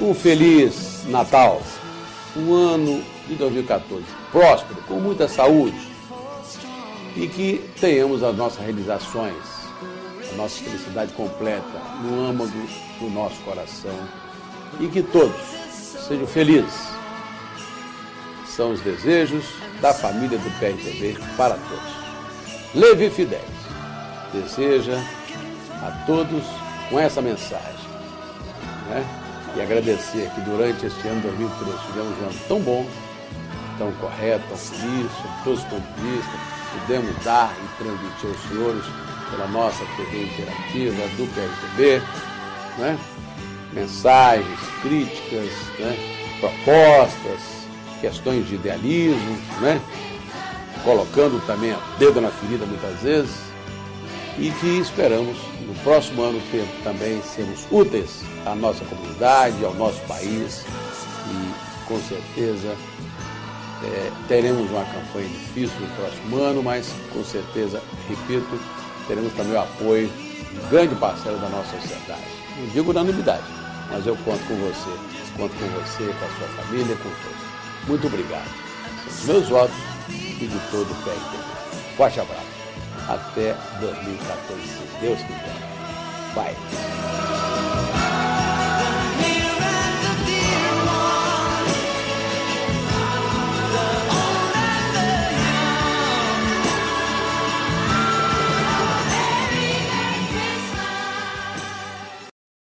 Speaker 8: Um feliz Natal, um ano de 2014 próspero, com muita saúde e que tenhamos as nossas realizações, a nossa felicidade completa no âmago do nosso coração e que todos sejam felizes são os desejos da família do PRTB para todos. Levi Fidelis deseja a todos com essa mensagem. né? E agradecer que durante este ano de 2013 tivemos um ano tão bom, tão correto, tão feliz, sob todos os pontos de vista, pudemos dar e transmitir aos senhores pela nossa TV interativa do PRTB, né? mensagens, críticas, né? propostas, questões de idealismo, né? colocando também o dedo na ferida muitas vezes, e que esperamos no próximo ano ter também sermos úteis à nossa comunidade, ao nosso país e com certeza é, teremos uma campanha difícil no próximo ano, mas com certeza, repito, teremos também o apoio de um grande parcela da nossa sociedade. Não digo unanimidade, mas eu conto com você, conto com você, com a sua família, com todos. Muito obrigado. São os meus votos e de todo o PRTB. Forte abraço. Até 2014, se Deus quiser. Bye.